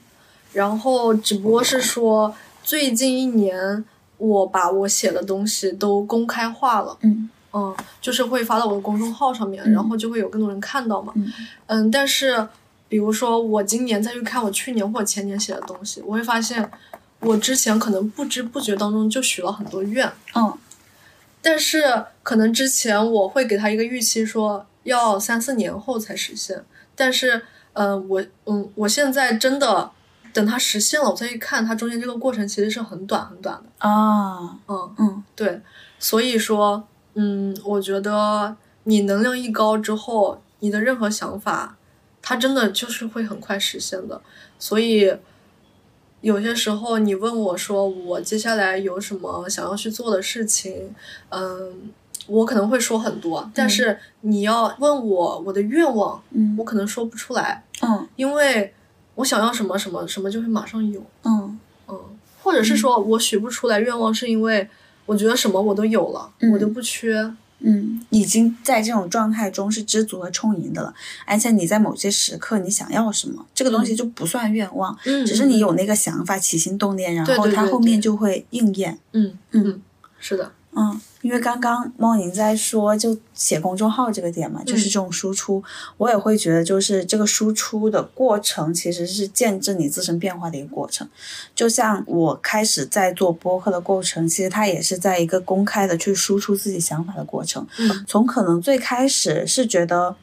[SPEAKER 2] 然后只不过是说最近一年，我把我写的东西都公开化了。
[SPEAKER 1] 嗯
[SPEAKER 2] 嗯，就是会发到我的公众号上面，
[SPEAKER 1] 嗯
[SPEAKER 2] 然后就会有更多人看到嘛。
[SPEAKER 1] 嗯
[SPEAKER 2] 嗯，但是比如说我今年再去看我去年或前年写的东西，我会发现我之前可能不知不觉当中就许了很多愿，
[SPEAKER 1] 嗯
[SPEAKER 2] 但是可能之前我会给他一个预期，说要三四年后才实现，但是嗯、呃我嗯，我现在真的等它实现了，我再去看它中间这个过程其实是很短很短的，
[SPEAKER 1] 啊
[SPEAKER 2] 嗯。
[SPEAKER 1] 嗯
[SPEAKER 2] 对，所以说，嗯，我觉得你能量一高之后，你的任何想法，它真的就是会很快实现的。所以，有些时候你问我说我接下来有什么想要去做的事情，嗯，我可能会说很多，但是你要问我我的愿望，
[SPEAKER 1] 嗯
[SPEAKER 2] 我可能说不出来，
[SPEAKER 1] 嗯
[SPEAKER 2] 因为我想要什么什么什么就会马上有。
[SPEAKER 1] 嗯
[SPEAKER 2] 嗯，或者是说我许不出来愿望，是因为我觉得什么我都有了，
[SPEAKER 1] 嗯
[SPEAKER 2] 我都不缺。
[SPEAKER 1] 嗯，已经在这种状态中是知足和充盈的了，而且你在某些时刻你想要什么，这个东西就不算愿望，
[SPEAKER 2] 嗯
[SPEAKER 1] 只是你有那个想法、起心动念，然
[SPEAKER 2] 对
[SPEAKER 1] 后
[SPEAKER 2] 对
[SPEAKER 1] 它
[SPEAKER 2] 对
[SPEAKER 1] 后
[SPEAKER 2] 对
[SPEAKER 1] 面就会应验。
[SPEAKER 2] 嗯
[SPEAKER 1] 嗯
[SPEAKER 2] 嗯，是的，
[SPEAKER 1] 嗯，因为刚刚猫宁在说就写公众号这个点嘛，就是这种输出，我也会觉得就是这个输出的过程其实是见证你自身变化的一个过程。就像我开始在做播客的过程，其实它也是在一个公开的去输出自己想法的过程。
[SPEAKER 2] 嗯
[SPEAKER 1] 从可能最开始是觉得，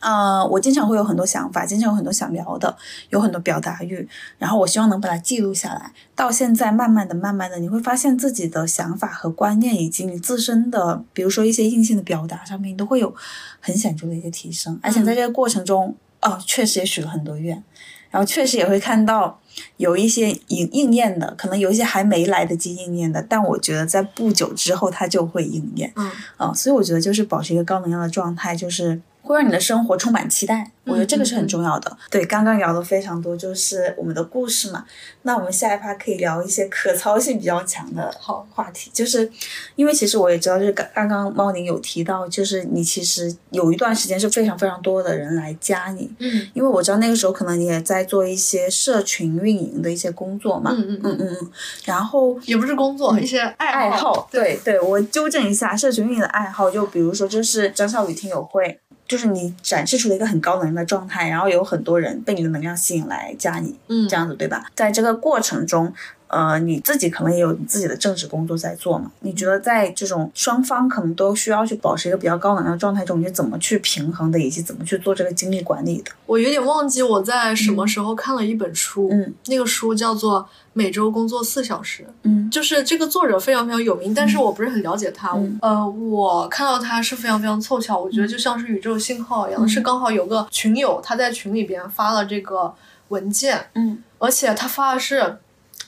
[SPEAKER 1] 呃，我经常会有很多想法，经常有很多想聊的，有很多表达欲，然后我希望能把它记录下来。到现在，慢慢的、慢慢的，你会发现自己的想法和观念，以及你自身的，比如说一些硬性的表达上面，你都会有很显著的一些提升。而且在这个过程中，哦，确实也许了很多愿，然后确实也会看到。有一些应应验的，可能有一些还没来得及应验的，但我觉得在不久之后它就会应验。
[SPEAKER 2] 嗯
[SPEAKER 1] 啊、所以我觉得就是保持一个高能量的状态，就是会让你的生活充满期待。我觉得这个
[SPEAKER 2] 嗯
[SPEAKER 1] 是很重要的。对，刚刚聊的非常多，就是我们的故事嘛。那我们下一趴可以聊一些可操性比较强的
[SPEAKER 2] 好
[SPEAKER 1] 话题，就是因为其实我也知道，就是刚刚刚猫宁有提到，就是你其实有一段时间是非常非常多的人来加你，
[SPEAKER 2] 嗯
[SPEAKER 1] 因为我知道那个时候可能你也在做一些社群运营的一些工作嘛。
[SPEAKER 2] 嗯嗯
[SPEAKER 1] 嗯
[SPEAKER 2] 嗯，
[SPEAKER 1] 嗯嗯，然后
[SPEAKER 2] 也不是工作，一些爱
[SPEAKER 1] 爱好，对对，我纠正一下，社群运营的爱好，就比如说，就是张少宇听友会，就是你展示出了一个很高能量的状态，然后有很多人被你的能量吸引来加你，
[SPEAKER 2] 嗯
[SPEAKER 1] 这样子对吧？在这个过程中，呃，你自己可能也有你自己的正职工作在做嘛，你觉得在这种双方可能都需要去保持一个比较高能量的状态中，你是怎么去平衡的，以及怎么去做这个精力管理的？
[SPEAKER 2] 我有点忘记我在什么时候看了一本书，
[SPEAKER 1] 嗯
[SPEAKER 2] 那个书叫做《每周工作四小时》，
[SPEAKER 1] 嗯
[SPEAKER 2] 就是这个作者非常非常有名，但是我不是很了解他。
[SPEAKER 1] 嗯
[SPEAKER 2] 呃，我看到他是非常非常凑巧，我觉得就像是宇宙信号一样，
[SPEAKER 1] 嗯
[SPEAKER 2] 是刚好有个群友他在群里边发了这个文件，
[SPEAKER 1] 嗯
[SPEAKER 2] 而且他发的是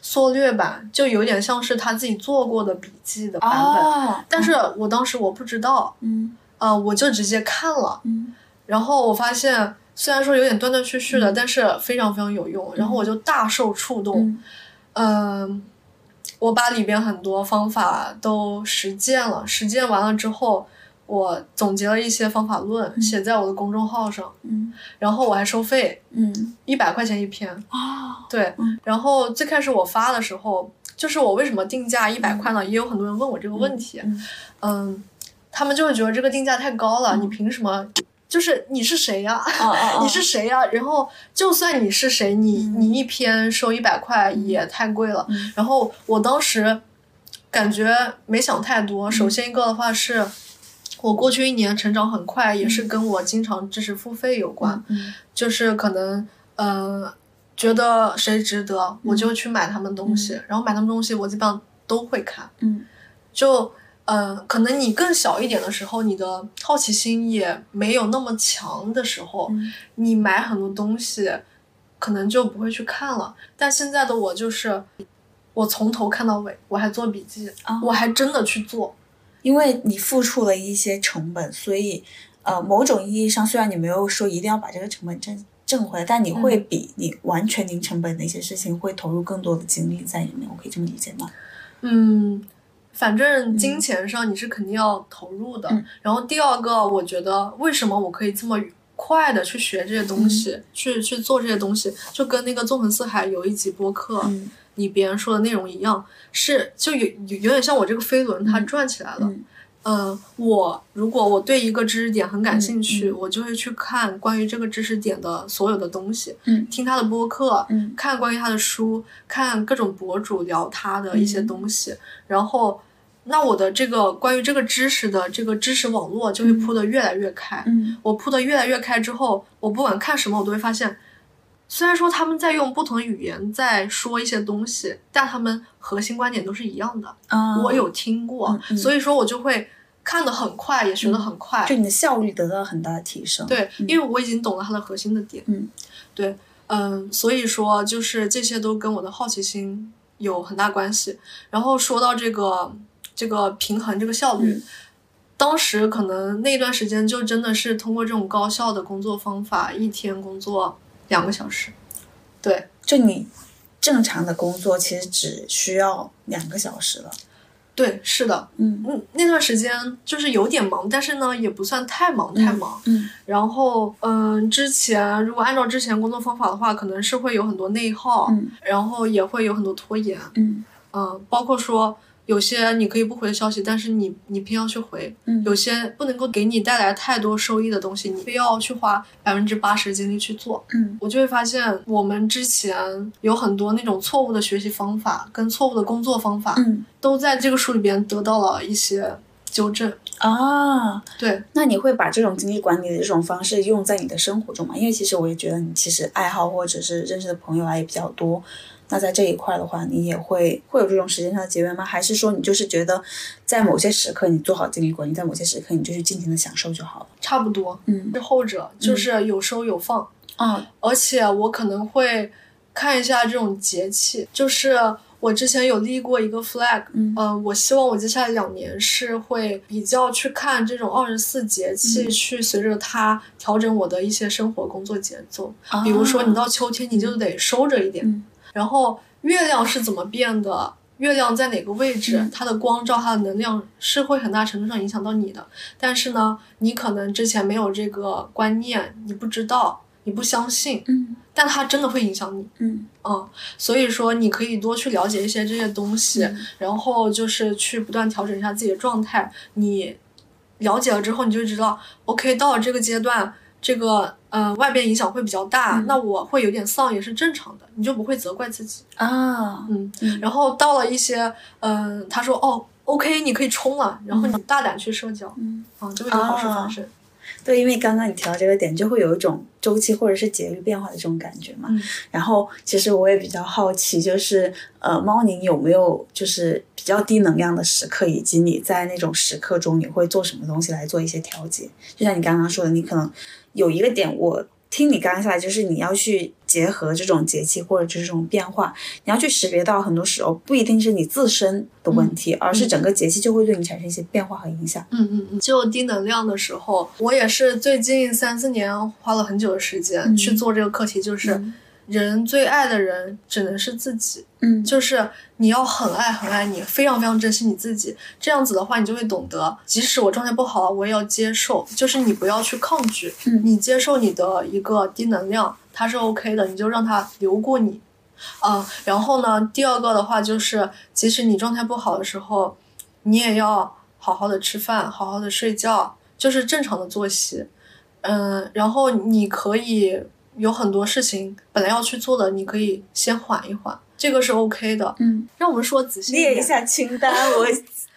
[SPEAKER 2] 缩略版，就有点像是他自己做过的笔记的版本。
[SPEAKER 1] 哦，
[SPEAKER 2] 但是我当时我不知道，
[SPEAKER 1] 嗯
[SPEAKER 2] 啊、我就直接看了，
[SPEAKER 1] 嗯
[SPEAKER 2] 然后我发现虽然说有点断断续续的，但是非常非常有用，然后我就大受触动，
[SPEAKER 1] 嗯
[SPEAKER 2] 嗯、我把里边很多方法都实践了，实践完了之后，我总结了一些方法论，写在我的公众号上，
[SPEAKER 1] 嗯
[SPEAKER 2] 然后我还收费
[SPEAKER 1] 嗯
[SPEAKER 2] 一百块钱一篇，
[SPEAKER 1] 哦，
[SPEAKER 2] 对，
[SPEAKER 1] 嗯
[SPEAKER 2] 然后最开始我发的时候，就是我为什么定价一百块呢？也有很多人问我这个问题，
[SPEAKER 1] 嗯
[SPEAKER 2] 嗯他们就会觉得这个定价太高了，你凭什么？就是你是谁呀、
[SPEAKER 1] 哦哦，
[SPEAKER 2] 你是谁呀、然后就算你是谁，你、
[SPEAKER 1] 嗯
[SPEAKER 2] 你一篇收一百块也太贵了。
[SPEAKER 1] 嗯
[SPEAKER 2] 然后我当时感觉没想太
[SPEAKER 1] 嗯
[SPEAKER 2] 多。首先一个的话是，我过去一年成长很
[SPEAKER 1] 嗯
[SPEAKER 2] 快，也是跟我经常知识付费有关。
[SPEAKER 1] 嗯
[SPEAKER 2] 就是可能呃，觉得谁值得，
[SPEAKER 4] 嗯
[SPEAKER 2] 我就去买他们东西，然后买他们东西我基本上都会看，
[SPEAKER 4] 嗯，
[SPEAKER 2] 就。嗯，可能你更小一点的时候，你的好奇心也没有那么强的时候，
[SPEAKER 4] 嗯
[SPEAKER 2] 你买很多东西，可能就不会去看了。但现在的我就是，我从头看到尾，我还做笔记，
[SPEAKER 4] 啊
[SPEAKER 2] 我还真的去做。
[SPEAKER 1] 因为你付出了一些成本，所以呃，某种意义上，虽然你没有说一定要把这个成本挣挣回来，但你会比你完全零成本的一些事情会投入更多的精力在里面。我可以这么理解吗？
[SPEAKER 2] 嗯，反正金钱上你是肯定要投入的。
[SPEAKER 1] 嗯
[SPEAKER 2] 然后第二个，我觉得为什么我可以这么快的去学这些东西，
[SPEAKER 4] 嗯
[SPEAKER 2] 去去做这些东西，就跟那个纵横四海有一集播客，
[SPEAKER 4] 嗯
[SPEAKER 2] 你别人说的内容一样，是就有有有点像我这个飞轮它转起来了。
[SPEAKER 4] 嗯
[SPEAKER 2] 呃，我如果我对一个知识点很感兴趣，
[SPEAKER 4] 嗯
[SPEAKER 2] 我就会去看关于这个知识点的所有的东西，
[SPEAKER 4] 嗯
[SPEAKER 2] 听他的播客，
[SPEAKER 4] 嗯
[SPEAKER 2] 看关于他的书，看各种博主聊他的一些东西，然后那我的这个关于这个知识的这个知识网络就会铺得越来越开。
[SPEAKER 4] 嗯
[SPEAKER 2] 我铺得越来越开之后，我不管看什么，我都会发现，虽然说他们在用不同的语言在说一些东西，但他们核心观点都是一样的。
[SPEAKER 1] 啊
[SPEAKER 2] 我有听过，
[SPEAKER 1] 嗯嗯
[SPEAKER 2] 所以说我就会看得很快，也学得很快。
[SPEAKER 1] 就你的效率得到很大的提升。，
[SPEAKER 2] 对，因为我已经懂了它的核心的点。
[SPEAKER 1] 嗯，
[SPEAKER 2] 对，嗯，所以说就是这些都跟我的好奇心有很大关系。然后说到这个这个平衡这个效率。
[SPEAKER 1] 嗯
[SPEAKER 2] 当时可能那段时间就真的是通过这种高效的工作方法，一天工作两个小时，对，
[SPEAKER 1] 就你正常的工作其实只需要两个小时了。
[SPEAKER 2] 对，是的，
[SPEAKER 1] 嗯
[SPEAKER 2] 嗯，那段时间就是有点忙，但是呢也不算太忙太忙。
[SPEAKER 1] 嗯
[SPEAKER 2] 然后，嗯，之前如果按照之前工作方法的话，可能是会有很多内耗，
[SPEAKER 1] 嗯
[SPEAKER 2] 然后也会有很多拖延，
[SPEAKER 1] 嗯
[SPEAKER 2] 嗯，包括说有些你可以不回的消息，但是你你偏要去回，
[SPEAKER 1] 嗯
[SPEAKER 2] 有些不能够给你带来太多收益的东西，你非要去花百分之八十精力去做，
[SPEAKER 1] 嗯
[SPEAKER 2] 我就会发现我们之前有很多那种错误的学习方法跟错误的工作方法，
[SPEAKER 1] 嗯
[SPEAKER 2] 都在这个书里边得到了一些纠正。
[SPEAKER 1] 啊，
[SPEAKER 2] 对，
[SPEAKER 1] 那你会把这种精力管理的这种方式用在你的生活中吗？因为其实我也觉得你其实爱好或者是认识的朋友啊也比较多，那在这一块的话，你也会会有这种时间上的节约吗？还是说你就是觉得在某些时刻你做好精力管理，在某些时刻你就去尽情的享受就好了？
[SPEAKER 2] 差不多
[SPEAKER 1] 嗯
[SPEAKER 2] 是后者，就是有收有放。
[SPEAKER 1] 啊
[SPEAKER 2] 而且我可能会看一下这种节气，就是我之前有立过一个 flag，
[SPEAKER 1] 嗯
[SPEAKER 2] 呃，我希望我接下来两年是会比较去看这种二十四节气，
[SPEAKER 1] 嗯
[SPEAKER 2] 去随着它调整我的一些生活工作节奏。
[SPEAKER 1] 啊
[SPEAKER 2] 比如说，你到秋天你就得收着一点，
[SPEAKER 1] 嗯
[SPEAKER 2] 然后月亮是怎么变的？月亮在哪个位置？
[SPEAKER 1] 嗯
[SPEAKER 2] 它的光照、它的能量是会很大程度上影响到你的。但是呢，你可能之前没有这个观念，你不知道，你不相信，
[SPEAKER 1] 嗯
[SPEAKER 2] 但它真的会影响你。
[SPEAKER 1] 嗯
[SPEAKER 2] 嗯，所以说你可以多去了解一些这些东西，
[SPEAKER 1] 嗯
[SPEAKER 2] 然后就是去不断调整一下自己的状态。你了解了之后，你就知道，OK，到了这个阶段，这个呃外边影响会比较大，
[SPEAKER 1] 嗯
[SPEAKER 2] 那我会有点丧也是正常的，你就不会责怪自己。
[SPEAKER 1] 啊
[SPEAKER 2] 嗯，
[SPEAKER 1] 嗯
[SPEAKER 2] 然后到了一些，嗯、他说哦，OK，你可以冲了，然后你大胆去社交，
[SPEAKER 1] 嗯。
[SPEAKER 2] 啊，就会有好事发生。
[SPEAKER 1] 对，因为刚刚你提到这个点，就会有一种周期或者是节律变化的这种感觉嘛。
[SPEAKER 2] 嗯
[SPEAKER 1] 然后，其实我也比较好奇，就是呃，猫宁有没有就是比较低能量的时刻，以及你在那种时刻中你会做什么东西来做一些调节？就像你刚刚说的，你可能有一个点，我听你刚刚下来，就是你要去结合这种节气或者就是这种变化，你要去识别到很多时候不一定是你自身的问题，而是整个节气就会对你产生一些变化和影响。
[SPEAKER 2] 嗯嗯嗯，就低能量的时候，我也是最近三四年花了很久的时间
[SPEAKER 1] 嗯
[SPEAKER 2] 去做这个课题，就是、
[SPEAKER 1] 嗯
[SPEAKER 2] 人最爱的人只能是自己，
[SPEAKER 1] 嗯
[SPEAKER 2] 就是你要很爱很爱你，非常非常珍惜你自己。这样子的话，你就会懂得，即使我状态不好了，我也要接受，就是你不要去抗拒，
[SPEAKER 1] 嗯
[SPEAKER 2] 你接受你的一个低能量，它是 OK 的，你就让它流过你。啊、然后呢，第二个的话就是，即使你状态不好的时候，你也要好好的吃饭，好好的睡觉，就是正常的作息。嗯，然后你可以有很多事情本来要去做的，你可以先缓一缓，这个是 OK 的。
[SPEAKER 1] 嗯，
[SPEAKER 2] 让我们说仔细
[SPEAKER 1] 列
[SPEAKER 2] 点
[SPEAKER 1] 一下清单， *laughs* 我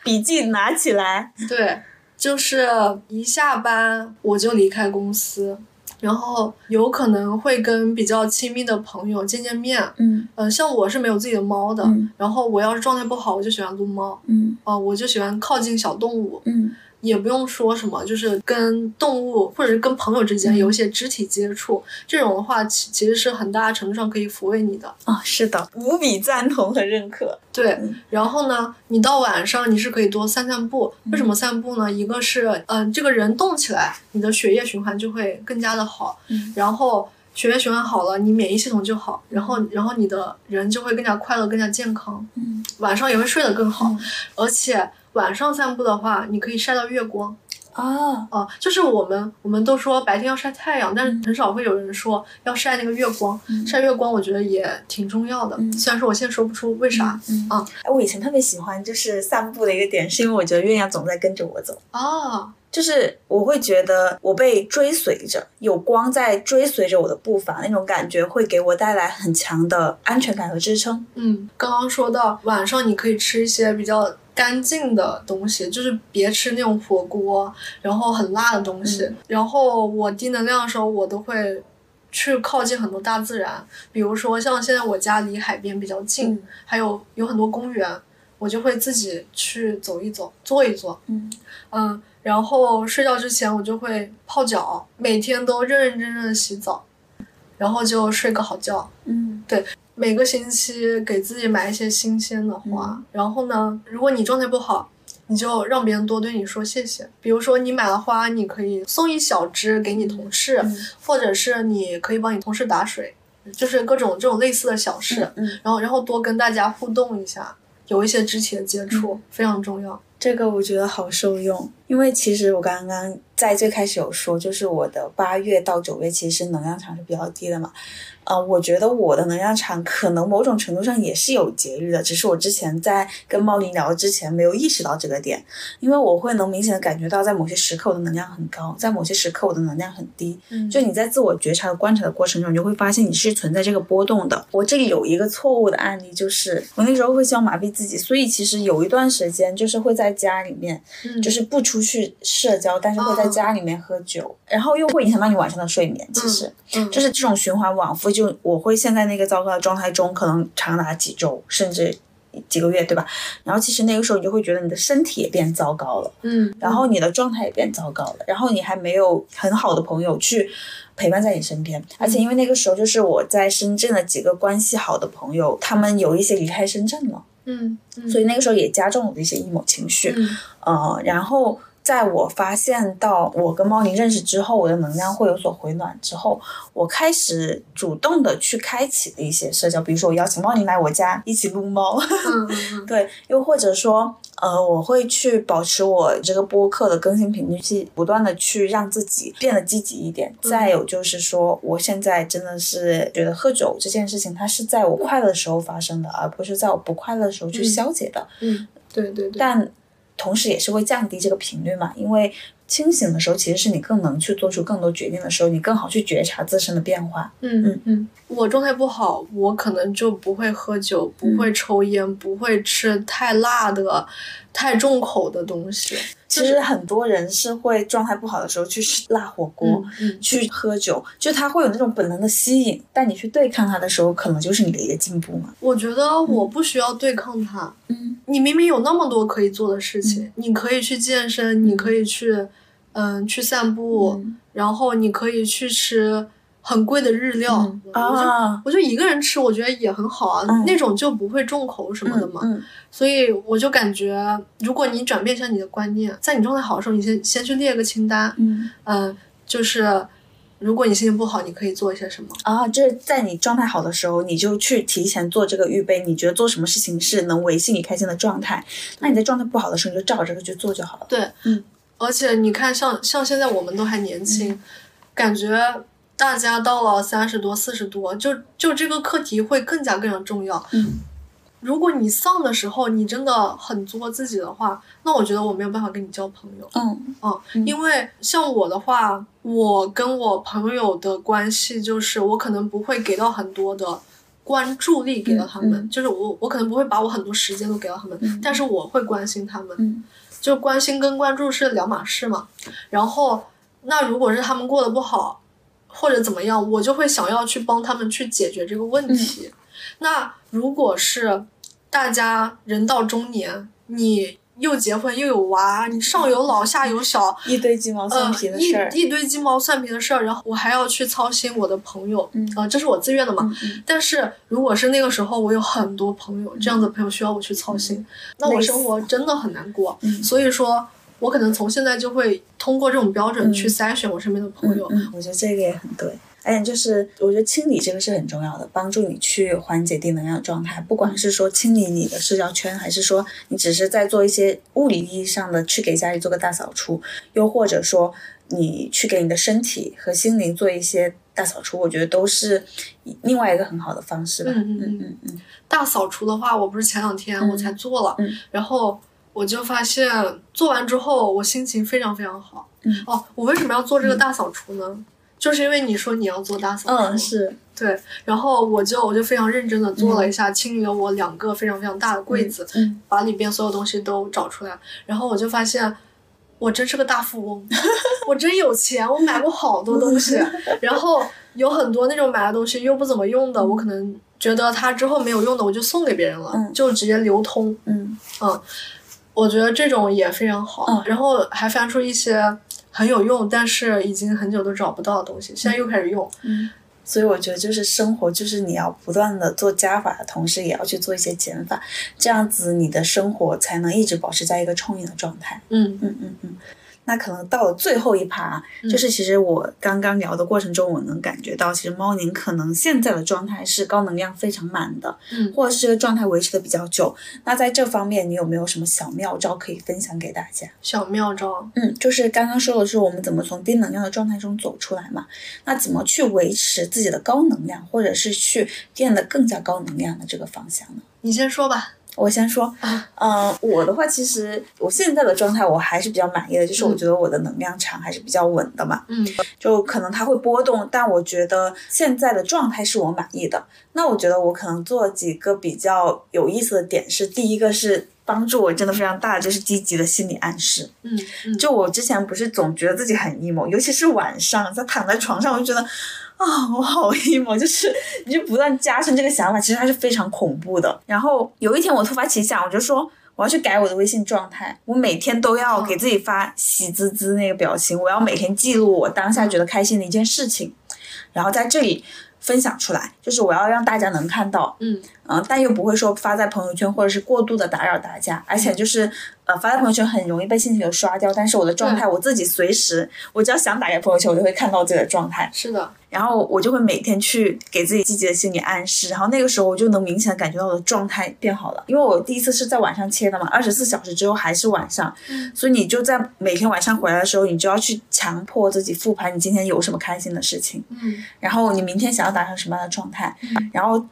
[SPEAKER 1] 笔记拿起来。
[SPEAKER 2] 对，就是一下班我就离开公司，然后有可能会跟比较亲密的朋友见见面。
[SPEAKER 1] 嗯
[SPEAKER 2] 呃，像我是没有自己的猫的，
[SPEAKER 1] 嗯
[SPEAKER 2] 然后我要是状态不好，我就喜欢撸猫
[SPEAKER 1] 嗯
[SPEAKER 2] 啊、我就喜欢靠近小动物，
[SPEAKER 1] 嗯
[SPEAKER 2] 也不用说什么，就是跟动物或者是跟朋友之
[SPEAKER 1] 嗯
[SPEAKER 2] 间有一些肢体接触，这种的话其其实是很大程度上可以抚慰你的。
[SPEAKER 1] 啊，是的，无比赞同和认可。
[SPEAKER 2] 对
[SPEAKER 1] 嗯，
[SPEAKER 2] 然后呢，你到晚上你是可以多散散步。
[SPEAKER 1] 嗯
[SPEAKER 2] 为什么散步呢？一个是，嗯、这个人动起来，你的血液循环就会更加的好，
[SPEAKER 1] 嗯
[SPEAKER 2] 然后血液循环好了，你免疫系统就好，然后然后你的人就会更加快乐、更加健康，
[SPEAKER 1] 嗯，
[SPEAKER 2] 晚上也会睡得更好。
[SPEAKER 1] 嗯
[SPEAKER 2] 而且晚上散步的话，你可以晒到月光
[SPEAKER 1] 啊，
[SPEAKER 2] 啊、就是我们我们都说白天要晒太阳，但是
[SPEAKER 1] 嗯
[SPEAKER 2] 很少会有人说要晒那个月光。
[SPEAKER 1] 嗯
[SPEAKER 2] 晒月光我觉得也挺重要的，
[SPEAKER 1] 嗯
[SPEAKER 2] 虽然说我现在说不出为啥。
[SPEAKER 1] 嗯
[SPEAKER 2] 啊
[SPEAKER 1] 哎，我以前特别喜欢就是散步的一个点，是因为我觉得月亮总在跟着我走，
[SPEAKER 2] 啊，
[SPEAKER 1] 就是我会觉得我被追随着，有光在追随着我的步伐，那种感觉会给我带来很强的安全感和支撑。
[SPEAKER 2] 嗯，刚刚说到晚上你可以吃一些比较干净的东西，就是别吃那种火锅，然后很辣的东西。
[SPEAKER 1] 嗯
[SPEAKER 2] 然后我低能量的时候，我都会去靠近很多大自然，比如说像现在我家离海边比较近，
[SPEAKER 1] 嗯
[SPEAKER 2] 还有有很多公园，我就会自己去走一走，坐一坐，
[SPEAKER 1] 嗯
[SPEAKER 2] 嗯。然后睡觉之前我就会泡脚，每天都认认真真的洗澡，然后就睡个好觉。
[SPEAKER 1] 嗯
[SPEAKER 2] 每个星期给自己买一些新鲜的花，然后呢，如果你状态不好，你就让别人多对你说谢谢。比如说你买了花，你可以送一小支给你同事，或者是你可以帮你同事打水，就是各种这种类似的小事。
[SPEAKER 1] 嗯，
[SPEAKER 2] 然后，然后多跟大家互动一下，有一些肢体的接触、非常重要。
[SPEAKER 1] 这个我觉得好受用，因为其实我刚刚在最开始有说，就是我的八月到九月其实能量场是比较低的嘛，呃，我觉得我的能量场可能某种程度上也是有节律的，只是我之前在跟猫林聊之前没有意识到这个点，因为我会能明显的感觉到，在某些时刻我的能量很高，在某些时刻我的能量很低，
[SPEAKER 2] 嗯
[SPEAKER 1] 就你在自我觉察和观察的过程中，你就会发现你是存在这个波动的。我这里有一个错误的案例，就是我那时候会希望麻痹自己，所以其实有一段时间就是会在家里面，
[SPEAKER 2] 嗯
[SPEAKER 1] 就是不出去社交，但是会在家里面喝酒，然后又会影响到你晚上的睡眠。其实、
[SPEAKER 2] 嗯
[SPEAKER 1] 就是这种循环往复，就我会陷在那个糟糕的状态中，可能长达几周，甚至。几个月对吧？然后其实那个时候你就会觉得你的身体也变糟糕了，
[SPEAKER 2] 嗯，
[SPEAKER 1] 然后你的状态也变糟糕了，然后你还没有很好的朋友去陪伴在你身边，而
[SPEAKER 2] 嗯
[SPEAKER 1] 且因为那个时候就是我在深圳的几个关系好的朋友，他们有一些离开深圳了，
[SPEAKER 2] 嗯嗯，
[SPEAKER 1] 所以那个时候也加重我的一些 emo 情绪，
[SPEAKER 2] 嗯
[SPEAKER 1] 呃，然后。在我发现到我跟猫宁认识之后，我的能量会有所回暖之后，我开始主动的去开启了一些社交，比如说我邀请猫宁来我家一起撸猫，
[SPEAKER 2] 嗯嗯
[SPEAKER 1] 对，又或者说，呃，我会去保持我这个播客的更新频率，去不断的去让自己变得积极一点。
[SPEAKER 2] 嗯
[SPEAKER 1] 再有就是说，我现在真的是觉得喝酒这件事情，它是在我快乐的时候发生的，而不是在我不快乐的时候去
[SPEAKER 2] 嗯
[SPEAKER 1] 消解的。
[SPEAKER 2] *laughs* 嗯，对对对，
[SPEAKER 1] 但同时也是会降低这个频率嘛，因为清醒的时候其实是你更能去做出更多决定的时候，你更好去觉察自身的变化。
[SPEAKER 2] 嗯嗯，我状态不好，我可能就不会喝酒，
[SPEAKER 1] 嗯
[SPEAKER 2] 不会抽烟，不会吃太辣的、太重口的东西。
[SPEAKER 1] 其实很多人是会状态不好的时候去吃辣火锅，
[SPEAKER 2] 嗯嗯
[SPEAKER 1] 去喝酒，就他会有那种本能的吸引，但你去对抗他的时候，可能就是你的一个进步嘛。
[SPEAKER 2] 我觉得我不需要对抗它。
[SPEAKER 1] 嗯
[SPEAKER 2] 你明明有那么多可以做的事情，你可以去健身，你可以去，嗯，去散步，
[SPEAKER 1] 嗯
[SPEAKER 2] 然后你可以去吃很贵的日料。
[SPEAKER 1] 嗯
[SPEAKER 2] 我就
[SPEAKER 1] 啊，
[SPEAKER 2] 我就一个人吃，我觉得也很好啊，
[SPEAKER 1] 嗯
[SPEAKER 2] 那种就不会重口什么的嘛。
[SPEAKER 1] 嗯
[SPEAKER 2] 所以我就感觉，如果你转变一下你的观念，在你状态好的时候，你先先去列个清单，
[SPEAKER 1] 嗯
[SPEAKER 2] 嗯、就是如果你心情不好，你可以做一些什么。
[SPEAKER 1] 啊，就是在你状态好的时候，你就去提前做这个预备，你觉得做什么事情是能维系你开心的状态，那你在状态不好的时候，你就照着这个去做就好了。
[SPEAKER 2] 对，
[SPEAKER 1] 嗯，
[SPEAKER 2] 而且你看像，像现在我们都还年轻，感觉大家到了三十多、四十多，就就这个课题会更加更加重要。
[SPEAKER 1] 嗯
[SPEAKER 2] 如果你丧的时候，你真的很作自己的话，那我觉得我没有办法跟你交朋友。
[SPEAKER 1] 嗯
[SPEAKER 2] 哦，
[SPEAKER 1] 嗯
[SPEAKER 2] 因为像我的话，我跟我朋友的关系就是，我可能不会给到很多的关注力给到他们，
[SPEAKER 1] 嗯嗯
[SPEAKER 2] 就是我我可能不会把我很多时间都给到他们，
[SPEAKER 1] 嗯
[SPEAKER 2] 但是我会关心他们，
[SPEAKER 1] 嗯
[SPEAKER 2] 就关心跟关注是两码事嘛。然后，那如果是他们过得不好，或者怎么样，我就会想要去帮他们去解决这个
[SPEAKER 1] 嗯
[SPEAKER 2] 问题。那如果是大家人到中年，你又结婚又有娃，你上有老下有小，
[SPEAKER 1] 一堆鸡毛蒜嗯皮的事儿
[SPEAKER 2] 呃、。一一堆鸡毛蒜皮的事儿，然后我还要去操心我的朋友，
[SPEAKER 1] 嗯
[SPEAKER 2] 啊、这是我自愿的嘛。
[SPEAKER 1] 嗯嗯
[SPEAKER 2] 但是如果是那个时候，我有很多朋友，这样的朋友需要我去操心，那我
[SPEAKER 1] 累死
[SPEAKER 2] 生活真的很难过。
[SPEAKER 1] 嗯
[SPEAKER 2] 所以说，我可能从现在就会通过这种标准
[SPEAKER 1] 嗯
[SPEAKER 2] 去筛选我身边的朋友。
[SPEAKER 1] 嗯，我觉得这个也很对。而且就是，我觉得清理这个是很重要的，帮助你去缓解低能量的状态。不管是说清理你的社交圈，还是说你只是在做一些物理意义上的去给家里做个大扫除，又或者说你去给你的身体和心灵做一些大扫除，我觉得都是另外一个很好的方式吧。
[SPEAKER 2] 嗯嗯
[SPEAKER 1] 嗯嗯
[SPEAKER 2] 大扫除的话，我不是前两天
[SPEAKER 1] 嗯
[SPEAKER 2] 我才做了，
[SPEAKER 1] 嗯
[SPEAKER 2] 然后我就发现做完之后，我心情非常非常好。
[SPEAKER 1] 嗯
[SPEAKER 2] 哦，我为什么要做这个大扫除呢？就是因为你说你要做大扫除，
[SPEAKER 1] 嗯，嗯是
[SPEAKER 2] 对，然后我就我就非常认真的做了一下，清理了我两个非常非常大的柜子，
[SPEAKER 1] 嗯，
[SPEAKER 2] 把里边所有东西都找出来，然后我就发现。我真是个大富翁， *laughs* 我真有钱，我买过好多东西，
[SPEAKER 1] 嗯
[SPEAKER 2] *laughs* 然后有很多那种买的东西又不怎么用的，我可能觉得它之后没有用的，我就送给别人了，
[SPEAKER 1] 嗯
[SPEAKER 2] 就直接流通。
[SPEAKER 1] 嗯
[SPEAKER 2] 我觉得这种也非常好。
[SPEAKER 1] 嗯
[SPEAKER 2] 然后还翻出一些很有用，但是已经很久都找不到的东西，现在又开始用。
[SPEAKER 1] 嗯，所以我觉得就是生活，就是你要不断的做加法的同时，也要去做一些减法，这样子你的生活才能一直保持在一个充盈的状态。
[SPEAKER 2] 嗯，
[SPEAKER 1] 嗯嗯嗯。那可能到了最后一趴啊，
[SPEAKER 2] 嗯
[SPEAKER 1] 就是其实我刚刚聊的过程中，我能感觉到，其实猫宁可能现在的状态是高能量非常满的，
[SPEAKER 2] 嗯
[SPEAKER 1] 或者是这个状态维持的比较久。那在这方面，你有没有什么小妙招可以分享给大家？
[SPEAKER 2] 小妙招，
[SPEAKER 1] 嗯，就是刚刚说的是我们怎么从低能量的状态中走出来嘛？那怎么去维持自己的高能量，或者是去变得更加高能量的这个方向呢？
[SPEAKER 2] 你先说吧。
[SPEAKER 1] 我先说，嗯、
[SPEAKER 2] 啊
[SPEAKER 1] 我的话，其实我现在的状态我还是比较满意的，就是我觉得我的能量场还是比较稳的嘛，
[SPEAKER 2] 嗯
[SPEAKER 1] 就可能它会波动，但我觉得现在的状态是我满意的。那我觉得我可能做几个比较有意思的点是，第一个是帮助我真的非常大的就是积极的心理暗示。
[SPEAKER 2] 嗯嗯，
[SPEAKER 1] 就我之前不是总觉得自己很 emo，尤其是晚上，在躺在床上，我就觉得啊、我好 emo，就是你就不断加深这个想法，其实它是非常恐怖的。然后有一天我突发奇想，我就说。我要去改我的微信状态，我每天都要
[SPEAKER 2] 嗯
[SPEAKER 1] 给自己发喜滋滋那个表情，我要每天记录我当下觉得开心的一件事情，然后在这里分享出来，就是我要让大家能看到，
[SPEAKER 2] 嗯
[SPEAKER 1] 嗯，但又不会说发在朋友圈或者是过度的打扰大家，而且就是呃发在朋友圈很容易被信息流刷掉，但是我的状态我自己随时，我只要想打开朋友圈，我就会看到自己的状态，
[SPEAKER 2] 是的，
[SPEAKER 1] 然后我就会每天去给自己积极的心理暗示，然后那个时候我就能明显地感觉到我的状态变好了，因为我第一次是在晚上切的嘛，二十四小时之后还是晚上，
[SPEAKER 2] 嗯
[SPEAKER 1] 所以你就在每天晚上回来的时候，你就要去强迫自己复盘你今天有什么开心的事情。
[SPEAKER 2] 嗯
[SPEAKER 1] 然后你明天想要达成什么样的状态，然后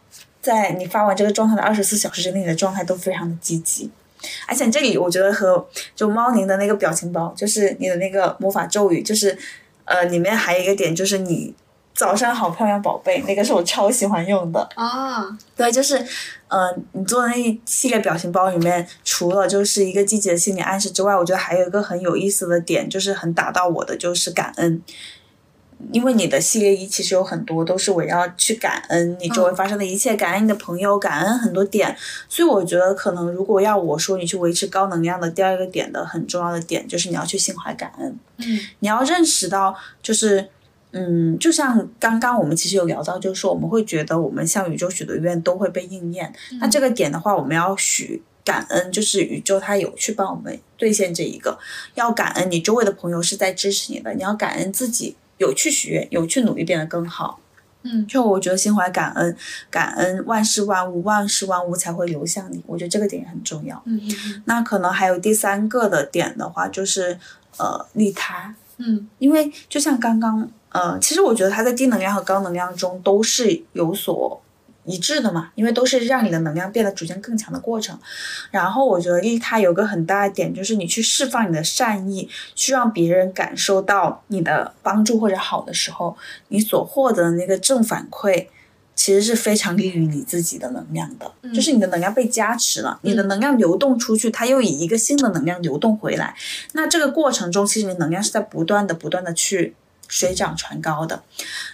[SPEAKER 1] 在你发完这个状态的二十四小时之内，你的状态都非常的积极。而且这里我觉得和就猫宁的那个表情包，就是你的那个魔法咒语，就是呃里面还有一个点就是你早上好漂亮宝贝，那个是我超喜欢用的。
[SPEAKER 2] 啊，
[SPEAKER 1] 对，就是，呃，你做的那一系列表情包里面，除了就是一个积极的心理暗示之外，我觉得还有一个很有意思的点，就是很打到我的，就是感恩。因为你的系列一其实有很多都是围绕去感恩你周围
[SPEAKER 2] 嗯
[SPEAKER 1] 发生的一切，感恩你的朋友，感恩很多点，所以我觉得可能如果要我说你去维持高能量的第二个点的很重要的点，就是你要去心怀感恩。
[SPEAKER 2] 嗯
[SPEAKER 1] 你要认识到，就是，嗯，就像刚刚我们其实有聊到，就是说我们会觉得我们向宇宙许的愿都会被应验。
[SPEAKER 2] 嗯
[SPEAKER 1] 那这个点的话，我们要许感恩，就是宇宙它有去帮我们兑现这一个。要感恩你周围的朋友是在支持你的，你要感恩自己有去许愿，有去努力变得更好。
[SPEAKER 2] 嗯
[SPEAKER 1] 就我觉得心怀感恩，感恩万事万物，万事万物才会流向你。我觉得这个点也很重要。
[SPEAKER 2] 嗯嗯
[SPEAKER 1] 那可能还有第三个的点的话，就是呃利他，
[SPEAKER 2] 嗯
[SPEAKER 1] 因为就像刚刚呃，其实我觉得它在低能量和高能量中都是有所一致的嘛，因为都是让你的能量变得逐渐更强的过程。然后我觉得利他有个很大的点就是你去释放你的善意，去让别人感受到你的帮助或者好的时候，你所获得的那个正反馈。其实是非常利于你自己的能量的，
[SPEAKER 2] 嗯
[SPEAKER 1] 就是你的能量被加持了，你的能量流动出去，它又以一个新的能量流动回来，那这个过程中，其实你能量是在不断的、不断的去水涨船高的。